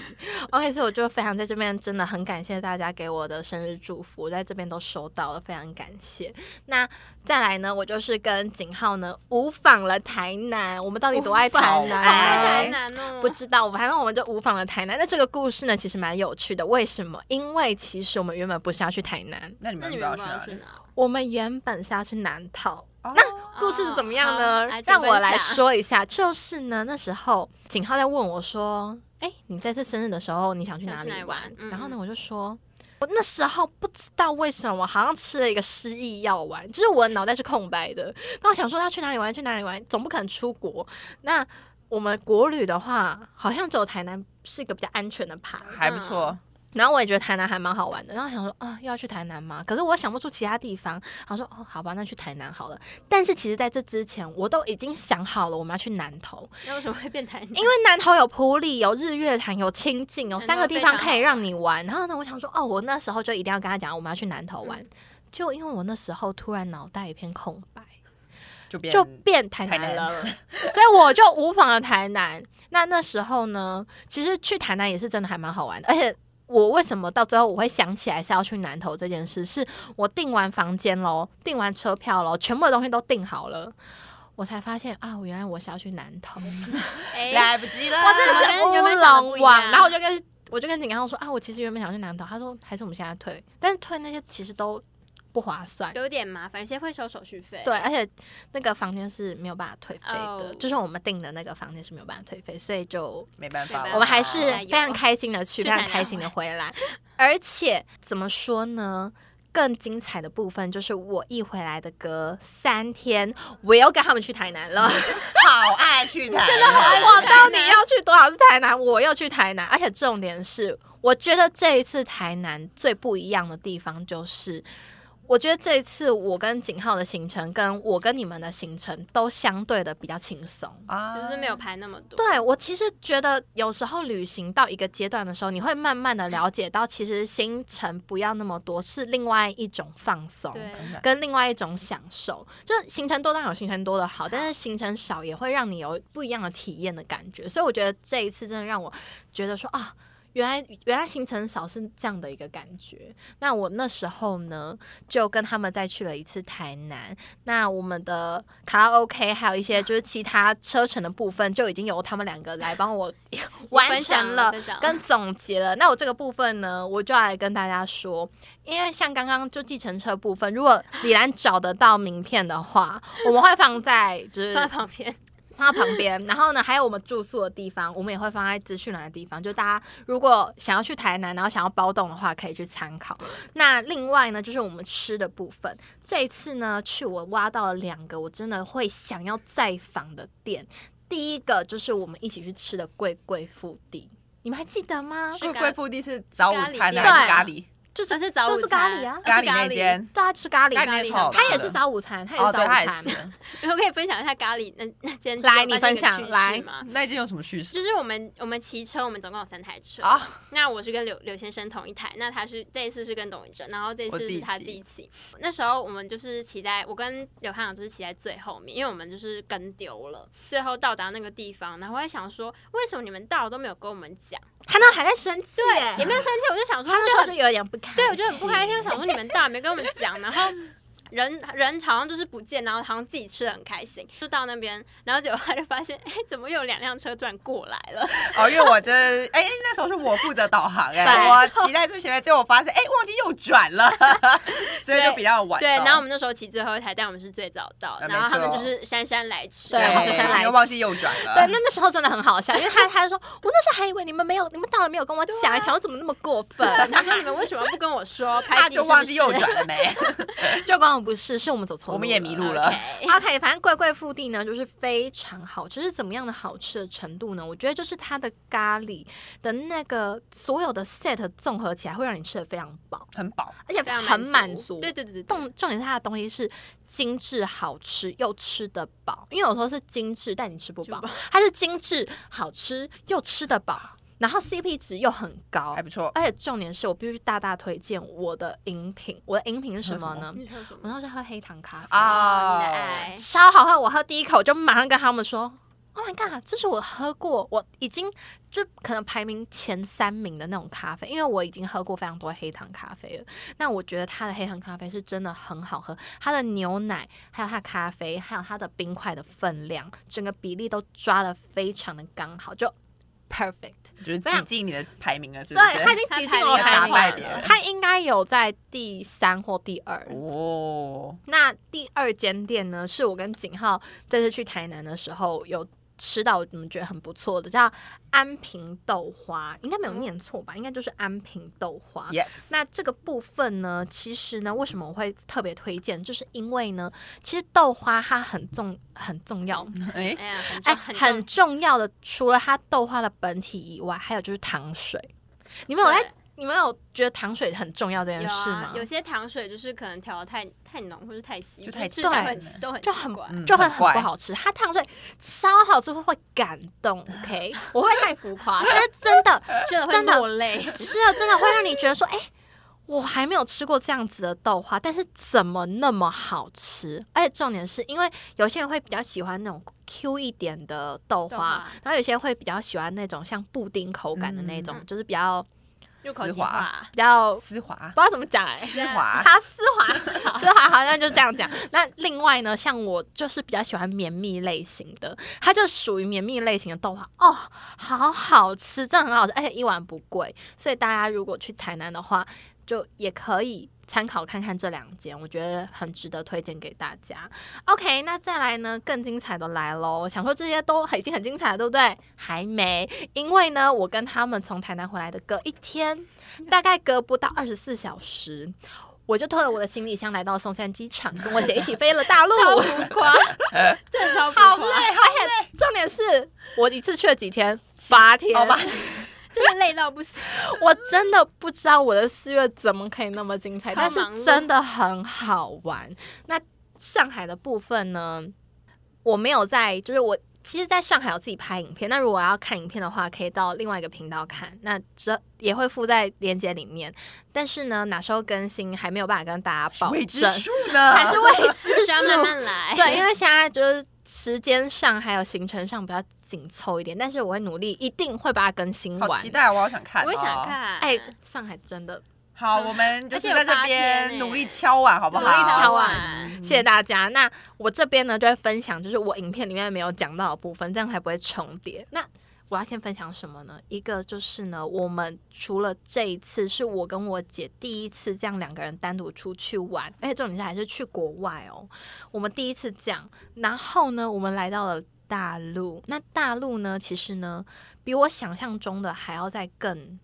Speaker 1: OK，所以我 就非常在这边真的很感谢大家给我的生日祝福，我在这边都收到了，非常感谢。那再来呢，我就是跟景浩呢无访了台南，我们到底多爱台南？
Speaker 2: 无访
Speaker 3: 哎，
Speaker 2: 哎
Speaker 3: 台南哦，
Speaker 1: 不知道，反正我们就无访了台南。那这个故事呢，其实蛮有趣的。为什么？因为其实我们原本不是要去台南，
Speaker 2: 那你
Speaker 3: 那
Speaker 2: 们
Speaker 3: 你
Speaker 2: 不
Speaker 3: 们
Speaker 2: 要
Speaker 3: 不
Speaker 2: 去
Speaker 3: 知道
Speaker 2: 哪
Speaker 3: 去
Speaker 2: 里？哦
Speaker 3: 哪？
Speaker 1: 我们原本是要去南桃。
Speaker 2: 那
Speaker 1: 故事是怎么样呢？
Speaker 3: 哦好
Speaker 1: 让我
Speaker 3: 来
Speaker 1: 来
Speaker 3: 请
Speaker 1: 说一下。就是呢，那时候景浩在问我说：“哎、你这次生日的时候，你想去
Speaker 3: 想
Speaker 1: 哪
Speaker 3: 去
Speaker 1: 里
Speaker 3: 哪里
Speaker 1: 玩
Speaker 3: 玩？”嗯
Speaker 1: 然后呢，我就说。我那时候不知道为什么，好像吃了一个失忆药丸，就是我的脑袋是空白的。那我想说要去哪里玩，去哪里玩，总不可能出国。那我们国旅的话，好像只有台南是一个比较安全的爬。
Speaker 2: 还不错，
Speaker 1: 然后我也觉得台南还蛮好玩的，然后想说啊，又要去台南吗？可是我想不出其他地方。然后说哦，好吧，那去台南好了。但是其实在这之前，我都已经想好了，我们要去南投，
Speaker 3: 那为什么会变台 南？
Speaker 1: 因为南投有埔里、有日月潭、有清境，有三个地方可以让你玩。然后呢，我想说哦，我那时候就一定要跟他讲，我们要去南投玩。就因为我那时候突然脑袋一片空白，
Speaker 2: 就变
Speaker 1: 就变台南了， 所以我就无妨了台南。那那时候呢，其实去台南也是真的还蛮好玩的，而且。我为什么到最后我会想起来是要去南投这件事？是我订完房间喽，订完车票喽，全部的东西都订好了，我才发现啊，我原来我是要去南投，
Speaker 3: 哎，
Speaker 2: 来不及了。
Speaker 1: 我真的是
Speaker 3: 跟原本
Speaker 1: 乌
Speaker 3: 想的不
Speaker 1: 龙
Speaker 3: 一样
Speaker 1: 网。然后我就跟我就跟景康说啊，我其实原本想去南投，他说还是我们现在退，但是退那些其实都不划算，
Speaker 3: 有点麻烦，先会收手续费。
Speaker 1: 对，而且那个房间是没有办法退费的
Speaker 3: 哦
Speaker 1: 就是我们订的那个房间是没有办法退费，所以就
Speaker 2: 没办法
Speaker 3: 没办，法
Speaker 1: 我们还是
Speaker 3: 加
Speaker 1: 非
Speaker 3: 油
Speaker 1: 常开心的去，
Speaker 3: 去
Speaker 1: 非
Speaker 3: 台
Speaker 1: 常
Speaker 3: 南
Speaker 1: 开心的回来。而且怎么说呢？更精彩的部分就是我一回来的隔三天，我又跟他们去台南了。
Speaker 2: 好爱去台南。
Speaker 1: 我到底要去多少次台南？我又去台南，而且重点是，我觉得这一次台南最不一样的地方就是。我觉得这一次我跟景浩的行程，跟我跟你们的行程都相对的比较轻松。
Speaker 2: 啊
Speaker 3: 就是没有排那么多。
Speaker 1: 对我其实觉得，有时候旅行到一个阶段的时候，你会慢慢的了解到，其实行程不要那么多，是另外一种放松。
Speaker 3: 对，
Speaker 1: 跟另外一种享受，就是行程多当然有行程多的好，但是行程少也会让你有不一样的体验的感觉。所以我觉得这一次真的让我觉得说啊，原来原来行程少是这样的一个感觉。那我那时候呢，就跟他们再去了一次台南。那我们的卡拉 OK 还有一些就是其他车程的部分，就已经由他们两个来帮我 完成了。
Speaker 3: 分享
Speaker 1: 跟总结了。那我这个部分呢，我就要来跟大家说，因为像刚刚就计程车部分，如果李兰找得到名片的话，我们会放在就是
Speaker 3: 放在旁边，
Speaker 1: 放在旁边，然后呢，还有我们住宿的地方，我们也会放在资讯栏的地方。就大家如果想要去台南，然后想要包栋的话，可以去参考。那另外呢，就是我们吃的部分。这一次呢，去我挖到了两个我真的会想要再访的店。第一个就是我们一起去吃的贵贵腹地，你们还记得吗？
Speaker 2: 贵贵腹地是早午餐啊还
Speaker 1: 对
Speaker 2: 是咖喱？
Speaker 3: 就只是早午
Speaker 1: 就是咖
Speaker 3: 餐
Speaker 1: 喱啊
Speaker 3: 而且
Speaker 2: 喱那间，
Speaker 1: 大家吃咖喱，
Speaker 2: 咖喱
Speaker 3: 喱
Speaker 2: 超好吃
Speaker 1: 它
Speaker 2: 的
Speaker 1: 也是早午餐，它也
Speaker 2: 哦，
Speaker 1: 是早
Speaker 2: 对，
Speaker 1: 午
Speaker 2: 它也
Speaker 1: 餐。啊
Speaker 2: 是。
Speaker 3: 我可以分享一下咖喱那那间。
Speaker 1: 来
Speaker 3: 就是我
Speaker 1: 你
Speaker 3: 发
Speaker 1: 分
Speaker 3: 现一个
Speaker 1: 享
Speaker 3: 趣事
Speaker 1: 来
Speaker 3: 嘛
Speaker 2: 那一间有什么 叙事
Speaker 3: 就是我们我们骑车，我们总共有三台车
Speaker 2: 啊？
Speaker 3: 那我是跟刘刘先生同一台，那他是这一次是跟董一哲，然后这一
Speaker 2: 我
Speaker 3: 次
Speaker 2: 自己
Speaker 3: 是他
Speaker 2: 骑
Speaker 3: 自己骑。那时候我们就是骑在，我跟刘汉阳就是骑在最后面，因为我们就是跟丢了，最后到达那个地方，然后我在想说，为什么你们到了都没有跟我们讲？
Speaker 1: 他那还在生气耶，
Speaker 3: 也没有生气，我就想说，
Speaker 1: 他那
Speaker 3: 就
Speaker 1: 时候
Speaker 3: 很
Speaker 1: 就有点不开心，
Speaker 3: 对，我就很不开心，我想说你们到底没跟我们讲，然后。人人好像就是不见，然后好像自己吃的很开心，就到那边，然后结果他就发现，哎，怎么又有两辆车突然过来了？
Speaker 2: 哦，因为我这哎那时候是我负责导航哎，
Speaker 1: 对
Speaker 2: 我骑在最前面，结果我发现哎忘记右转了，所以就比较晚到。
Speaker 3: 对，然后我们那时候骑最后一台，但我们是最早到，
Speaker 2: 呃
Speaker 3: 然后他们
Speaker 2: 没
Speaker 3: 就
Speaker 2: 错
Speaker 3: 是姗姗来迟，
Speaker 1: 对
Speaker 3: 然后
Speaker 1: 姗姗来
Speaker 2: 又忘记右转了。
Speaker 1: 对，那那时候真的很好笑，因为他他就说，我那时候还以为你们没有，你们到了没有跟我讲，想我怎么那么过分？
Speaker 3: 我想说你们为什么不跟我说？
Speaker 2: 他
Speaker 3: 拍
Speaker 2: 啊就忘记右转了没？
Speaker 1: 就光我不是，是我们走错路，
Speaker 2: 我们也迷路
Speaker 3: 录
Speaker 2: 了
Speaker 1: OK，反正贵贵腹地呢，就是非常好吃。是怎么样的好吃的程度呢？我觉得就是它的咖喱的那个所有的 set 综合起来，会让你吃的非常饱，
Speaker 2: 很饱，
Speaker 1: 而且
Speaker 3: 非常
Speaker 1: 很满足。
Speaker 3: 对对对对，
Speaker 1: 重重点是它的东西是精致好吃又吃得饱，因为有时候是精致但你吃不
Speaker 3: 吃不
Speaker 1: 饱
Speaker 3: 饱，
Speaker 1: 它是精致好吃又吃得饱，然后 CP 值又很高
Speaker 2: 还，不错。
Speaker 1: 而且重点是我必须大大推荐我的饮品，我的饮品是什么呢？
Speaker 3: 你说什
Speaker 1: 我
Speaker 3: 么？
Speaker 1: 当时喝黑糖咖啡
Speaker 2: 啊
Speaker 3: 你的爱，
Speaker 1: 超好喝！我喝第一口就马上跟他们说， Oh my god！这是我喝过，我已经就可能排名前三名的那种咖啡，因为我已经喝过非常多黑糖咖啡了。那我觉得它的黑糖咖啡是真的很好喝，它的牛奶、还有它咖啡、还有它的冰块的分量，整个比例都抓的非常的刚好，就 perfect。
Speaker 2: 就是
Speaker 1: 非
Speaker 3: 哎
Speaker 2: 挤
Speaker 1: 常
Speaker 2: 进你的排名了，是不
Speaker 1: 对，它已
Speaker 2: 是？
Speaker 1: 经
Speaker 3: 它
Speaker 1: 挤进
Speaker 3: 排
Speaker 1: 我
Speaker 3: 名
Speaker 1: 排
Speaker 2: 打败
Speaker 1: 名
Speaker 2: 别
Speaker 1: 了
Speaker 2: 人
Speaker 1: 它应该有在第三或第二。
Speaker 2: 哦，
Speaker 1: 那第二间店呢，是我跟景浩这次去台南的时候有吃到，我们觉得很不错的，叫安平豆花，应该没有念错吧？应该就是安平豆花。
Speaker 2: Yes，
Speaker 1: 那这个部分呢，其实呢，为什么我会特别推荐？就是因为呢，其实豆花它很重很重要，
Speaker 2: 哎，
Speaker 3: 哎呀，很
Speaker 1: 哎，
Speaker 3: 重很重
Speaker 1: 很重要的，除了它豆花的本体以外，还有就是糖水。你们有哎在
Speaker 3: 对
Speaker 1: 你们有觉得糖水很重要这件
Speaker 3: 有
Speaker 1: 事
Speaker 3: 啊
Speaker 1: 吗？，
Speaker 3: 有些糖水就是可能调的太太浓或是太稀，
Speaker 2: 就太
Speaker 3: 是吃起来
Speaker 1: 对
Speaker 3: 很都很
Speaker 1: 就
Speaker 3: 奇
Speaker 1: 很
Speaker 3: 怪
Speaker 2: 嗯
Speaker 1: 就会很
Speaker 2: 很
Speaker 1: 不
Speaker 2: 怪
Speaker 1: 好吃。它糖水超好吃，会感动。OK，我会太浮夸，但是真的
Speaker 3: 吃了会
Speaker 1: 真的
Speaker 3: 落泪。
Speaker 1: 吃了真的会让你觉得说，哎、我还没有吃过这样子的豆花，但是怎么那么好吃？而且重点是因为有些人会比较喜欢那种 Q 一点的豆花，
Speaker 3: 豆花
Speaker 1: 然后有些人会比较喜欢那种像布丁口感的那种，
Speaker 3: 嗯
Speaker 1: 就是比较
Speaker 3: 入口
Speaker 2: 丝
Speaker 3: 即
Speaker 2: 滑
Speaker 3: 化，
Speaker 1: 比较
Speaker 2: 丝滑
Speaker 1: 不知道怎么讲哎、
Speaker 2: 丝滑，
Speaker 1: 它丝滑， 丝滑好，那就这样讲。那另外呢，像我就是比较喜欢绵密类型的，它就属于绵密类型的豆花哦，好好吃，真的很好吃，而且一碗不贵，所以大家如果去台南的话，就也可以参考看看这两间，我觉得很值得推荐给大家。OK，那再来呢，更精彩的来喽！想说这些都已经很精彩了，对不对？还没，因为呢，我跟他们从台南回来的隔一天，大概隔不到二十四小时，我就拖着我的行李箱来到松山机场，跟我姐一起飞了大陆。
Speaker 3: 超浮夸，真的超浮夸，
Speaker 1: 重点是我一次去了几天，八天，
Speaker 2: 哦吧，
Speaker 3: 真的累到不行。
Speaker 1: 我真的不知道我的四月怎么可以那么精彩，
Speaker 3: 超
Speaker 1: 但
Speaker 3: 忙碌
Speaker 1: 是真的很好玩。那上海的部分呢，我没有在，就是我其实在上海有自己拍影片。那如果要看影片的话，可以到另外一个频道看，那这也会附在链接里面。但是呢，哪时候更新还没有办法跟大家保
Speaker 2: 未知
Speaker 1: 证，
Speaker 2: 数呢，
Speaker 1: 还是未知
Speaker 3: 就是要慢
Speaker 1: 数。
Speaker 3: 慢来。
Speaker 1: 对，因为现在就是时间上还有行程上比较紧凑一点，但是我会努力，一定会把它更新
Speaker 2: 好
Speaker 1: 完
Speaker 2: 期。待哦，我好想看，
Speaker 3: 我也想。看。嗯
Speaker 1: 哎，上海真的
Speaker 2: 好，我们就是
Speaker 3: 而且
Speaker 2: 在
Speaker 3: 有
Speaker 2: 这
Speaker 3: 八天
Speaker 2: 边
Speaker 3: 欸
Speaker 2: 努力敲碗，好不
Speaker 3: 我
Speaker 2: 好？
Speaker 1: 努力敲碗
Speaker 3: 碗，
Speaker 2: 嗯
Speaker 1: 谢谢大家。那我这边呢，就会分享就是我影片里面没有讲到的部分，这样才不会重叠。那我要先分享什么呢？一个就是呢，我们除了这一次是我跟我姐第一次这样两个人单独出去玩，而且重点是还是去国外哦。我们第一次这样，然后呢，我们来到了大陆。那大陆呢，其实呢，比我想象中的还要再更，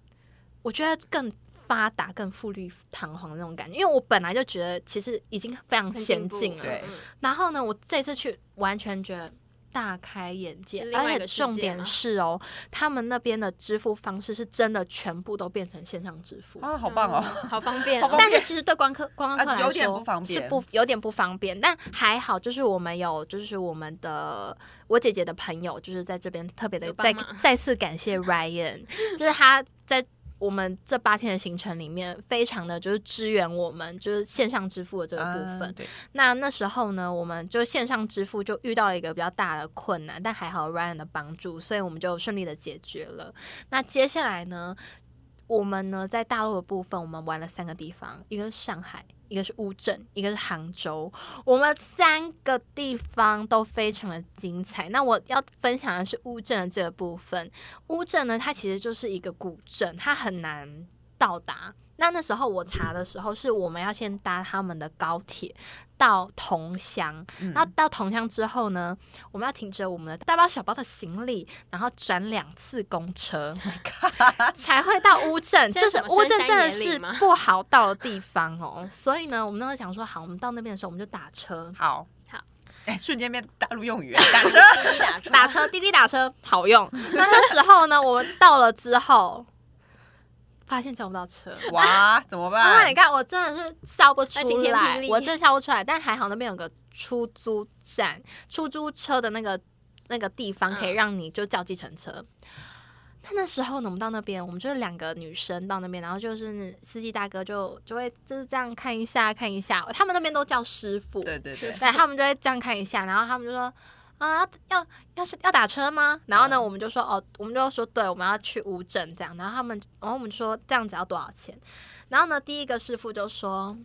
Speaker 1: 我觉得更。发达更富丽堂皇的那种感觉，因为我本来就觉得其实已经非常
Speaker 3: 很
Speaker 1: 先
Speaker 3: 步
Speaker 1: 进了，
Speaker 2: 对
Speaker 1: 然后呢，我这次去完全觉得大开眼界
Speaker 3: 是，另外
Speaker 1: 而
Speaker 3: 一
Speaker 1: 且
Speaker 3: 个世界
Speaker 1: 重点
Speaker 3: 吗
Speaker 1: 是哦，他们那边的支付方式是真的全部都变成线上支付。
Speaker 2: 啊，好棒哦！
Speaker 3: 好方便哦，
Speaker 2: 好方
Speaker 1: 但
Speaker 2: 便
Speaker 1: 是其实对观客观光客来
Speaker 2: 啊
Speaker 1: 说、
Speaker 2: 有点不方便
Speaker 1: 是不有点不方便，但还好就是我们有就是我们的我姐姐的朋友，就是在这边特别的
Speaker 3: 有帮
Speaker 1: 再
Speaker 3: 忙
Speaker 1: 再次感 谢 Ryan，就是他在我们这八天的行程里面，非常的就是支援我们就是线上支
Speaker 3: 嗯
Speaker 1: 付的这个部分
Speaker 2: 啊。对，
Speaker 1: 那那时候呢，我们就线上支付就遇到了一个比较大的困难，但还好 Ryan 的帮助，所以我们就顺利的解决了。那接下来呢，我们呢在大陆的部分，我们玩了三个地方，一个是上海。一个是乌镇，一个是杭州，我们三个地方都非常的精彩。那我要分享的是乌镇的这个部分。乌镇呢，它其实就是一个古镇，它很难到达。那那时候我查的时候，是我们要先搭他们的高铁，到桐乡，
Speaker 2: 嗯
Speaker 1: 然后到桐乡之后呢，我们要停着我们的大包小包的行李，然后转两次公车 才会到乌镇。
Speaker 3: ，Oh
Speaker 1: 就
Speaker 3: 现在
Speaker 1: 是
Speaker 3: 什么
Speaker 1: 乌镇
Speaker 3: 深山
Speaker 1: 真的
Speaker 3: 野岭
Speaker 1: 是
Speaker 3: 吗
Speaker 1: 不好到的地方哦，所以呢，我们那时候想说，好，我们到那边的时候我们就打车，
Speaker 2: 好，
Speaker 3: 好，
Speaker 2: 哎，瞬间变大陆用语，打 车，
Speaker 3: 滴滴打车
Speaker 1: 打车滴滴打车好用。那那时候呢，我们到了之后，发现找不到 车。
Speaker 2: 哇，怎么
Speaker 1: 那你
Speaker 2: 办？
Speaker 1: 看，我真的是笑不出
Speaker 3: 啊那晴天霹
Speaker 1: 来，
Speaker 3: 雳
Speaker 1: 我真的笑不出来。但还好那边有个出租站，出租车的那个那个地方
Speaker 3: 嗯
Speaker 1: 可以让你就叫计程车。那那时候呢，我们到那边，我们就是两个女生到那边，然后就是司机大哥就就会就是这样看一下看一下，他们那边都叫师傅，
Speaker 2: 对对对，
Speaker 1: 对，他们就会这样看一下，然后他们就说。啊，要要是要打车吗？然后呢，
Speaker 2: 嗯
Speaker 1: 我们就说哦，我们就说对，我们要去乌镇这样。然后他们，然后我们说这样子要多少钱？然后呢，第一个师傅就说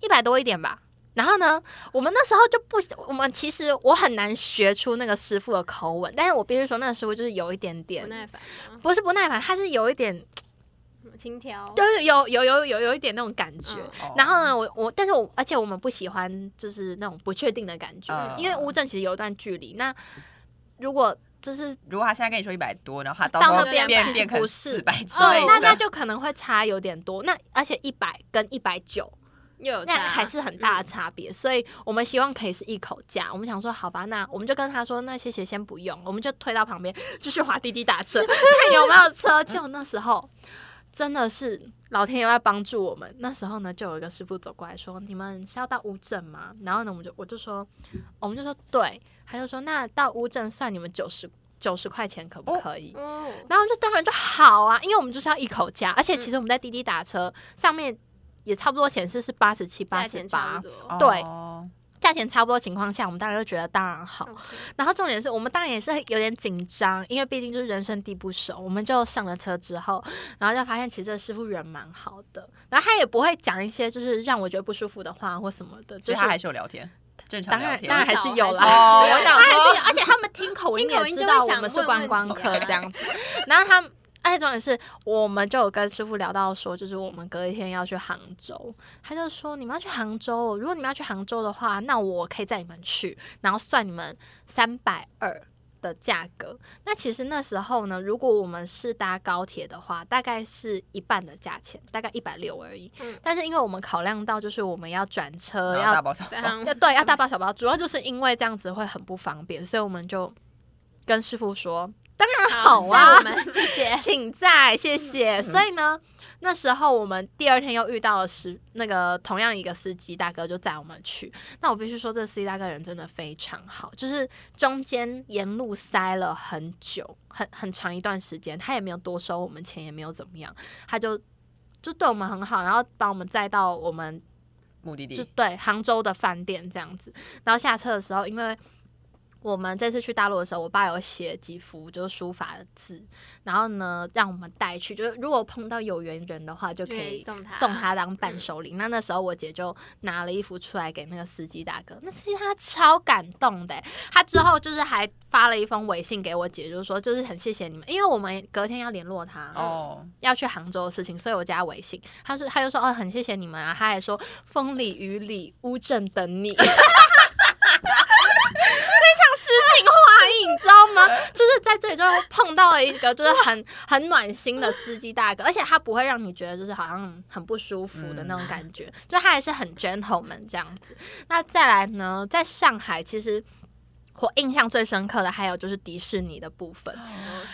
Speaker 1: 一百多一点吧。然后呢，我们那时候就不，我们其实我很难学出那个师傅的口吻，但是我必须说那个师傅就是有一点
Speaker 3: 不
Speaker 1: 点，
Speaker 3: 耐烦吗？
Speaker 1: 不是不耐烦，他是有一点，
Speaker 3: 轻佻，
Speaker 1: 就是有有有有有一点那种感觉。
Speaker 3: 嗯
Speaker 2: 哦
Speaker 1: 然后呢，我我，但是我而且我们不喜欢就是那种不确定的感觉，
Speaker 2: 嗯
Speaker 1: 因为乌镇其实有一段距离。那如果就是
Speaker 2: 如果他现在跟你说一百多，然后他到时
Speaker 1: 到
Speaker 2: 候
Speaker 1: 那边
Speaker 3: 变
Speaker 1: 其实
Speaker 2: 变变
Speaker 1: 不是
Speaker 2: 成四百之
Speaker 1: 哦
Speaker 2: 类的，
Speaker 1: 那那就可能会差有点多。那而且一百跟一百九，
Speaker 3: 又有
Speaker 1: 那
Speaker 3: 差嗯
Speaker 1: 还是很大的差别。所以我们希望可以是一口价。我们想说，好吧，那我们就跟他说，那谢谢，先不用，我们就推到旁边，继续滑滴滴打车， 看有没有车。就那时候。真的是老天爷在帮助我们。那时候呢，就有一个师傅走过来说：“你们是要到乌镇吗？”然后呢，我们就我就说，我们就说对，他就说：“那到乌镇算你们九十九十块钱可不可以？”
Speaker 3: 哦，
Speaker 1: 然后就当然就好啊，因为我们就是要一口价，
Speaker 3: 嗯
Speaker 1: 而且其实我们在滴滴打车上面也差不多显示是八十七、八
Speaker 3: 价
Speaker 1: 十
Speaker 3: 钱差
Speaker 1: 八
Speaker 3: 不，多。
Speaker 1: 对
Speaker 2: 哦
Speaker 1: 价钱差不多情况下，我们当然就觉得当然好。
Speaker 3: 嗯
Speaker 1: 然后重点是我们当然也是有点紧张，因为毕竟就是人生地不熟，我们就上了车之后，然后就发现其实这师傅人蛮好的，然后他也不会讲一些就是让我觉得不舒服的话或什么的，
Speaker 2: 所
Speaker 1: 就
Speaker 2: 以
Speaker 1: 是
Speaker 2: 他还是有聊天，正常
Speaker 1: 当
Speaker 2: 聊
Speaker 1: 然
Speaker 2: 天。
Speaker 1: 当然还是有啦。
Speaker 2: 哦，我想
Speaker 1: 当然是有
Speaker 2: 说，，
Speaker 1: 而且他们听口音
Speaker 3: 听口
Speaker 1: 也
Speaker 3: 音
Speaker 1: 知道
Speaker 3: 就会
Speaker 1: 我
Speaker 3: 想
Speaker 1: 们是观光
Speaker 3: 问
Speaker 1: 客
Speaker 3: 问题啊
Speaker 1: 这样子。然后他们，而且重点是我们就有跟师傅聊到说，就是我们隔一天要去杭州，他就说你们要去杭州，如果你们要去杭州的话，那我可以载你们去，然后算你们三百二。的价格，那其实那时候呢，如果我们是搭高铁的话，大概是一半的价钱，大概一百六而已。
Speaker 3: 嗯
Speaker 1: 但是因为我们考量到，就是我们要转车，
Speaker 2: 然
Speaker 1: 要
Speaker 2: 后大哦包小包
Speaker 3: 非常
Speaker 1: 要对要大包小包，主要就是因为这样子会很不方便，所以我们就跟师傅说，当然好
Speaker 3: 那
Speaker 1: 啊。
Speaker 3: 我，们谢谢
Speaker 1: 嗯请在，谢谢。所以呢，那时候我们第二天又遇到了师那个同样一个司机大哥，就载我们去。那我必须说，这司机大哥人真的非常好，就是中间沿路塞了很久，很很长一段时间，他也没有多收我们钱，也没有怎么样，他就就对我们很好，然后把我们载到我们
Speaker 2: 目的
Speaker 1: 就
Speaker 2: 地，
Speaker 1: 对杭州的饭店这样子。然后下车的时候，因为我们这次去大陆的时候，我爸有写几幅就是书法的字，然后呢让我们带去，就是如果碰到有缘人的话，就可
Speaker 3: 可以
Speaker 1: 以
Speaker 3: 送他
Speaker 1: 送他当伴手礼。那那时候我姐就拿了一幅出来给那个司机大哥，那司机他超感动的欸，他之后就是还发了一封微信给我姐，就是说就是很谢谢你们，因为我们隔天要联络他
Speaker 2: 哦，
Speaker 1: 要去杭州的事情，所以我加微信。他说，他就说，哦，很谢谢你们啊。他还说，风里雨里，乌镇等你， 非常诗情画意，你知道吗？就是在这里就碰到了一个就是很很暖心的司机大哥，而且他不会让你觉得就是好像很不舒服的那种感觉，就他还是很 gentleman 这样子。那再来呢，在上海其实。我印象最深刻的还有就是迪士尼的部分，
Speaker 3: 哦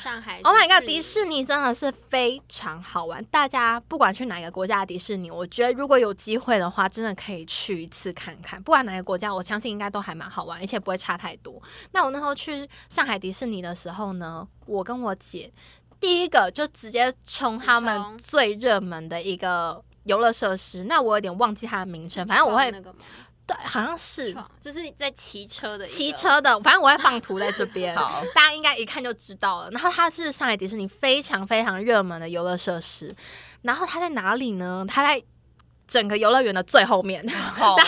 Speaker 3: 上海
Speaker 1: Oh my god！迪士尼真的是非常好玩，大家不管去哪个国家的迪士尼，我觉得如果有机会的话，真的可以去一次看看。不管哪个国家，我相信应该都还蛮好玩，而且不会差太多。那我那时候去上海迪士尼的时候呢，我跟我姐第一个就直接冲他
Speaker 3: 直
Speaker 1: 们
Speaker 3: 冲
Speaker 1: 最热门的一个游乐设施，那我有点忘记它的名称，反正我会
Speaker 3: 那个吗
Speaker 1: 对，好像是
Speaker 3: 创就是在骑车的一个
Speaker 1: 骑，车的，反正我会放图在这边。
Speaker 2: 好，
Speaker 1: 大家应该一看就知道了。然后它是上海迪士尼非常非常热门的游乐设施，然后它在哪里呢？它在整个游乐园的最后面。
Speaker 2: 好嘞，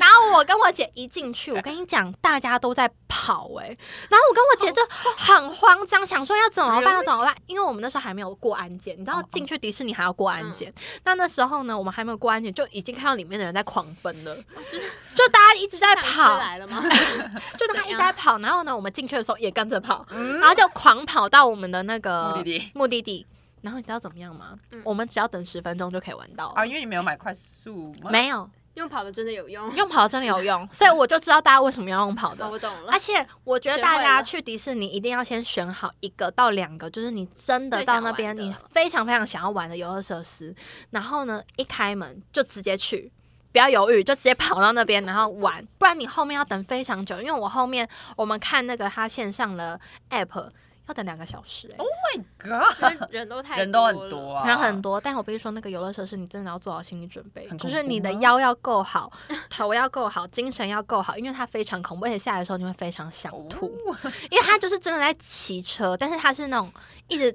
Speaker 1: 然后我跟我姐一进去，我跟你讲，大家都在跑哎、然后我跟我姐就很慌张，想说要怎么办？要怎么办？因为我们那时候还没有过安检，你知道
Speaker 2: 哦哦
Speaker 1: 进去迪士尼还要过安检。那那时候呢，我们还没有过安检，就已经看到里面的人在狂奔了，就大家一直在
Speaker 3: 上次
Speaker 1: 跑。
Speaker 3: 来了吗？
Speaker 1: 就大家一直
Speaker 3: 怎样嗯
Speaker 1: 在跑，然后呢，我们进去的时候也跟着跑，
Speaker 2: 嗯
Speaker 1: 然后就狂跑到我们的那个
Speaker 2: 目的地
Speaker 1: 目的地然后你知道怎么样吗？
Speaker 3: 嗯哎
Speaker 1: 我们只要等十分钟就可以玩到了
Speaker 2: 啊，因为你没有买快速吗？
Speaker 1: 没有
Speaker 3: 用跑的真的有用。
Speaker 1: 用跑真的有 用，所以我就知道大家为什么要用跑
Speaker 3: 哦，
Speaker 1: 的。
Speaker 3: 我懂了
Speaker 1: 而。且我觉得
Speaker 3: 学
Speaker 1: 大
Speaker 3: 会
Speaker 1: 家
Speaker 3: 了
Speaker 1: 去迪士尼一定要先选好一个到两个，就是你真的
Speaker 3: 最
Speaker 1: 到
Speaker 3: 想
Speaker 1: 那
Speaker 3: 玩
Speaker 1: 边
Speaker 3: 的
Speaker 1: 你非常非常想要玩的游乐设施，然后呢一开门就直接去，不要犹豫，就直接跑到那边然后玩，呃不然你后面要等非常久。因为我后面我们看那个它线上的 app 要等两个小时、欸，
Speaker 3: 哦
Speaker 2: My God，
Speaker 1: 啊
Speaker 3: 就是人都太
Speaker 2: 人都很
Speaker 3: 多
Speaker 2: 多
Speaker 3: 了，
Speaker 2: 啊，
Speaker 1: 人很多，但我必须说，那个游乐设施你真的要做好心理准备，
Speaker 2: 很
Speaker 1: 就
Speaker 2: 恐
Speaker 1: 是你
Speaker 2: 怖
Speaker 1: 的
Speaker 2: 吗
Speaker 1: 腰要够好，头要够好，精神要够好，因为它非常恐怖，而且下来的时候你会非常想吐，
Speaker 2: 哦
Speaker 1: 因为它就是真的在骑车，但是它是那种一直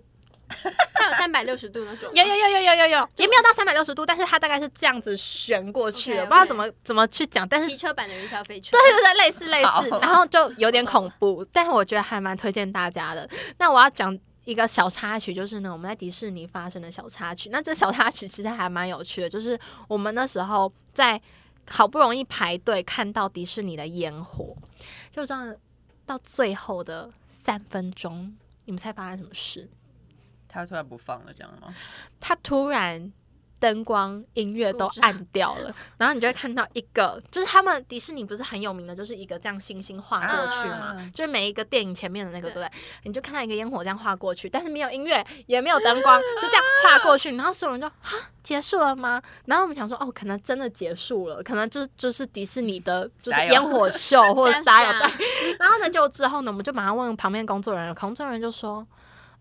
Speaker 3: 它有三百六十度那种，
Speaker 1: 有有有有有有有，也没有到三百六十度，但是它大概是这样子旋过去的
Speaker 3: OK，OK
Speaker 1: 不知道怎么怎么去讲， 但是
Speaker 3: 骑车版的云霄飞车，
Speaker 1: 对 对对，类似类似，
Speaker 2: 好
Speaker 1: 然后就有点恐怖， 但是我觉得还蛮推荐大家的。那我要讲一个小插曲，就是呢，我们在迪士尼发生的小插曲。那这小插曲其实还蛮有趣的，就是我们那时候在好不容易排队看到迪士尼的烟火，就这样到最后的三分钟，你们猜发生什么事？
Speaker 2: 他突然不放了，这样吗？
Speaker 1: 它突然灯光、音乐都
Speaker 3: 故障
Speaker 1: 暗掉了，然后你就会看到一个，就是他们迪士尼不是很有名的，就是一个这样星星画过去嘛，
Speaker 2: 啊
Speaker 1: 就是每一个电影前面的那个，对
Speaker 3: 对
Speaker 1: 不对？你就看到一个烟火这样画过去，但是没有音乐，也没有灯光，就这样画过去，然后所有人就哈结束了吗？然后我们想说，哦，可能真的结束了，可能就是就是迪士尼的就是
Speaker 2: 加油
Speaker 1: 烟火秀 或者
Speaker 3: 三十
Speaker 1: 啥有
Speaker 3: 啊
Speaker 1: 对，然后呢，就之后呢，我们就马上问旁边工作人员，工作人员就说：“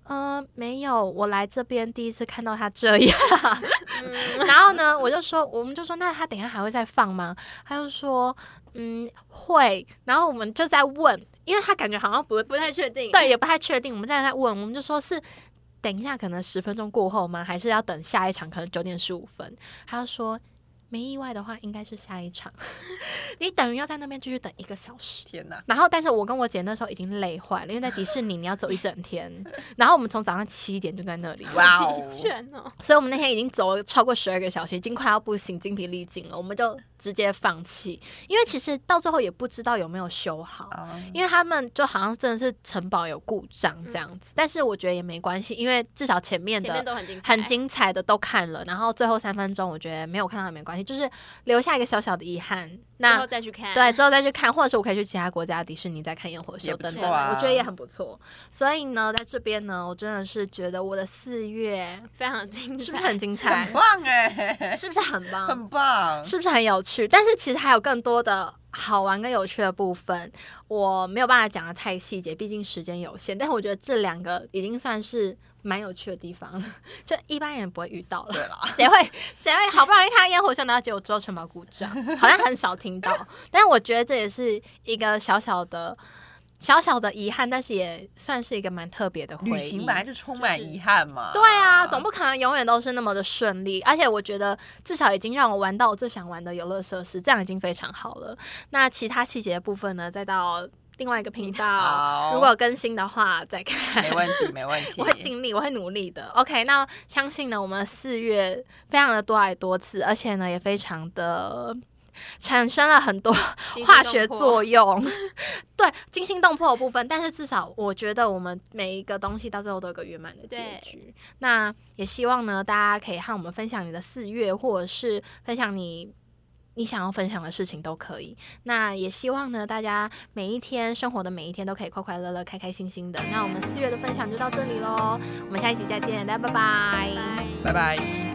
Speaker 1: 呃，没有，我来这边第一次看到他这样。
Speaker 3: 嗯，
Speaker 1: 然后呢，我就说，我们就说，那他等一下还会再放吗？他就说，嗯，会。然后我们就在问，因为他感觉好像不
Speaker 3: 不太确定，
Speaker 1: 对，也不太确定。我们在在问，我们就说是等一下，可能十分钟过后吗？还是要等下一场？可能九点十五分。他就说。没意外的话，应该是下一场。 你等于要在那边继续等一个小时。
Speaker 2: 天哪！
Speaker 1: 然后，但是我跟我姐那时候已经累坏了，因为在迪士尼你要走一整天， 然后我们从早上七点就在那里，
Speaker 2: 哇
Speaker 3: 好
Speaker 2: 哦，
Speaker 3: 卷哦，
Speaker 1: 所以我们那天已经走了超过十二个小时，已经快要不行，精疲力尽了，我们就直接放弃，因为其实到最后也不知道有没有修好。
Speaker 3: 嗯
Speaker 2: 啊
Speaker 1: 因为他们就好像真的是城堡有故障这样子，但是我觉得也没关系，因为至少前面
Speaker 3: 前面
Speaker 1: 的
Speaker 3: 都很精彩，
Speaker 1: 很精彩的都看了，然后最后三分钟我觉得没有看到也没关系，就是留下一个小小的遗憾。
Speaker 3: 之
Speaker 1: 那
Speaker 3: 后再去看，
Speaker 1: 对，之后再去看，或者是我可以去其他国家的迪士尼再看烟火
Speaker 2: 也
Speaker 1: 秀
Speaker 2: 不
Speaker 1: 等等，
Speaker 3: 错啊
Speaker 1: 我觉得也很不错。所以呢，在这边呢，我真的是觉得我的四月
Speaker 3: 非常精彩，
Speaker 1: 是不是很精彩
Speaker 2: 很？棒哎，
Speaker 1: 是不是很棒？
Speaker 2: 很棒，
Speaker 1: 是不是很有趣？但是其实还有更多的好玩跟有趣的部分，我没有办法讲的太细节，毕竟时间有限。但是我觉得这两个已经算是蛮有趣的地方了， 就一般人不会遇到了。
Speaker 2: 对啦，
Speaker 1: 谁会谁会好不容易看到烟火秀，然后结果之后城堡故障，好像很少听到。但是我觉得这也是一个小小的、小小的遗憾，但是也算是一个蛮特别的回忆。
Speaker 2: 旅行本来就充满遗憾嘛。
Speaker 1: 对啊，总不可能永远都是那么的顺利。而且我觉得至少已经让我玩到我最想玩的游乐设施，这样已经非常好了。那其他细节的部分呢，再到另外一个频道，
Speaker 2: 好，
Speaker 1: 如果有更新的话再看。
Speaker 2: 没问题，没问题，
Speaker 1: 我会尽力，我会努力的。OK，那相信呢，我们四月非常的多爱多次，而且呢也非常的产生了很多
Speaker 3: 惊心
Speaker 1: 化学
Speaker 3: 动魄
Speaker 1: 作 用，对惊心动魄的部分。但是至少我觉得我们每一个东西到最后都有个圆满的结
Speaker 3: 对
Speaker 1: 局。那也希望呢，大家可以和我们分享你的四月，或者是分享你。你想要分享的事情都可以，那也希望呢，大家每一天生活的每一天都可以快快乐乐、开开心心的。那我们四月的分享就到这里喽，我们下一期再见，大家拜拜
Speaker 3: 拜。
Speaker 2: 拜拜。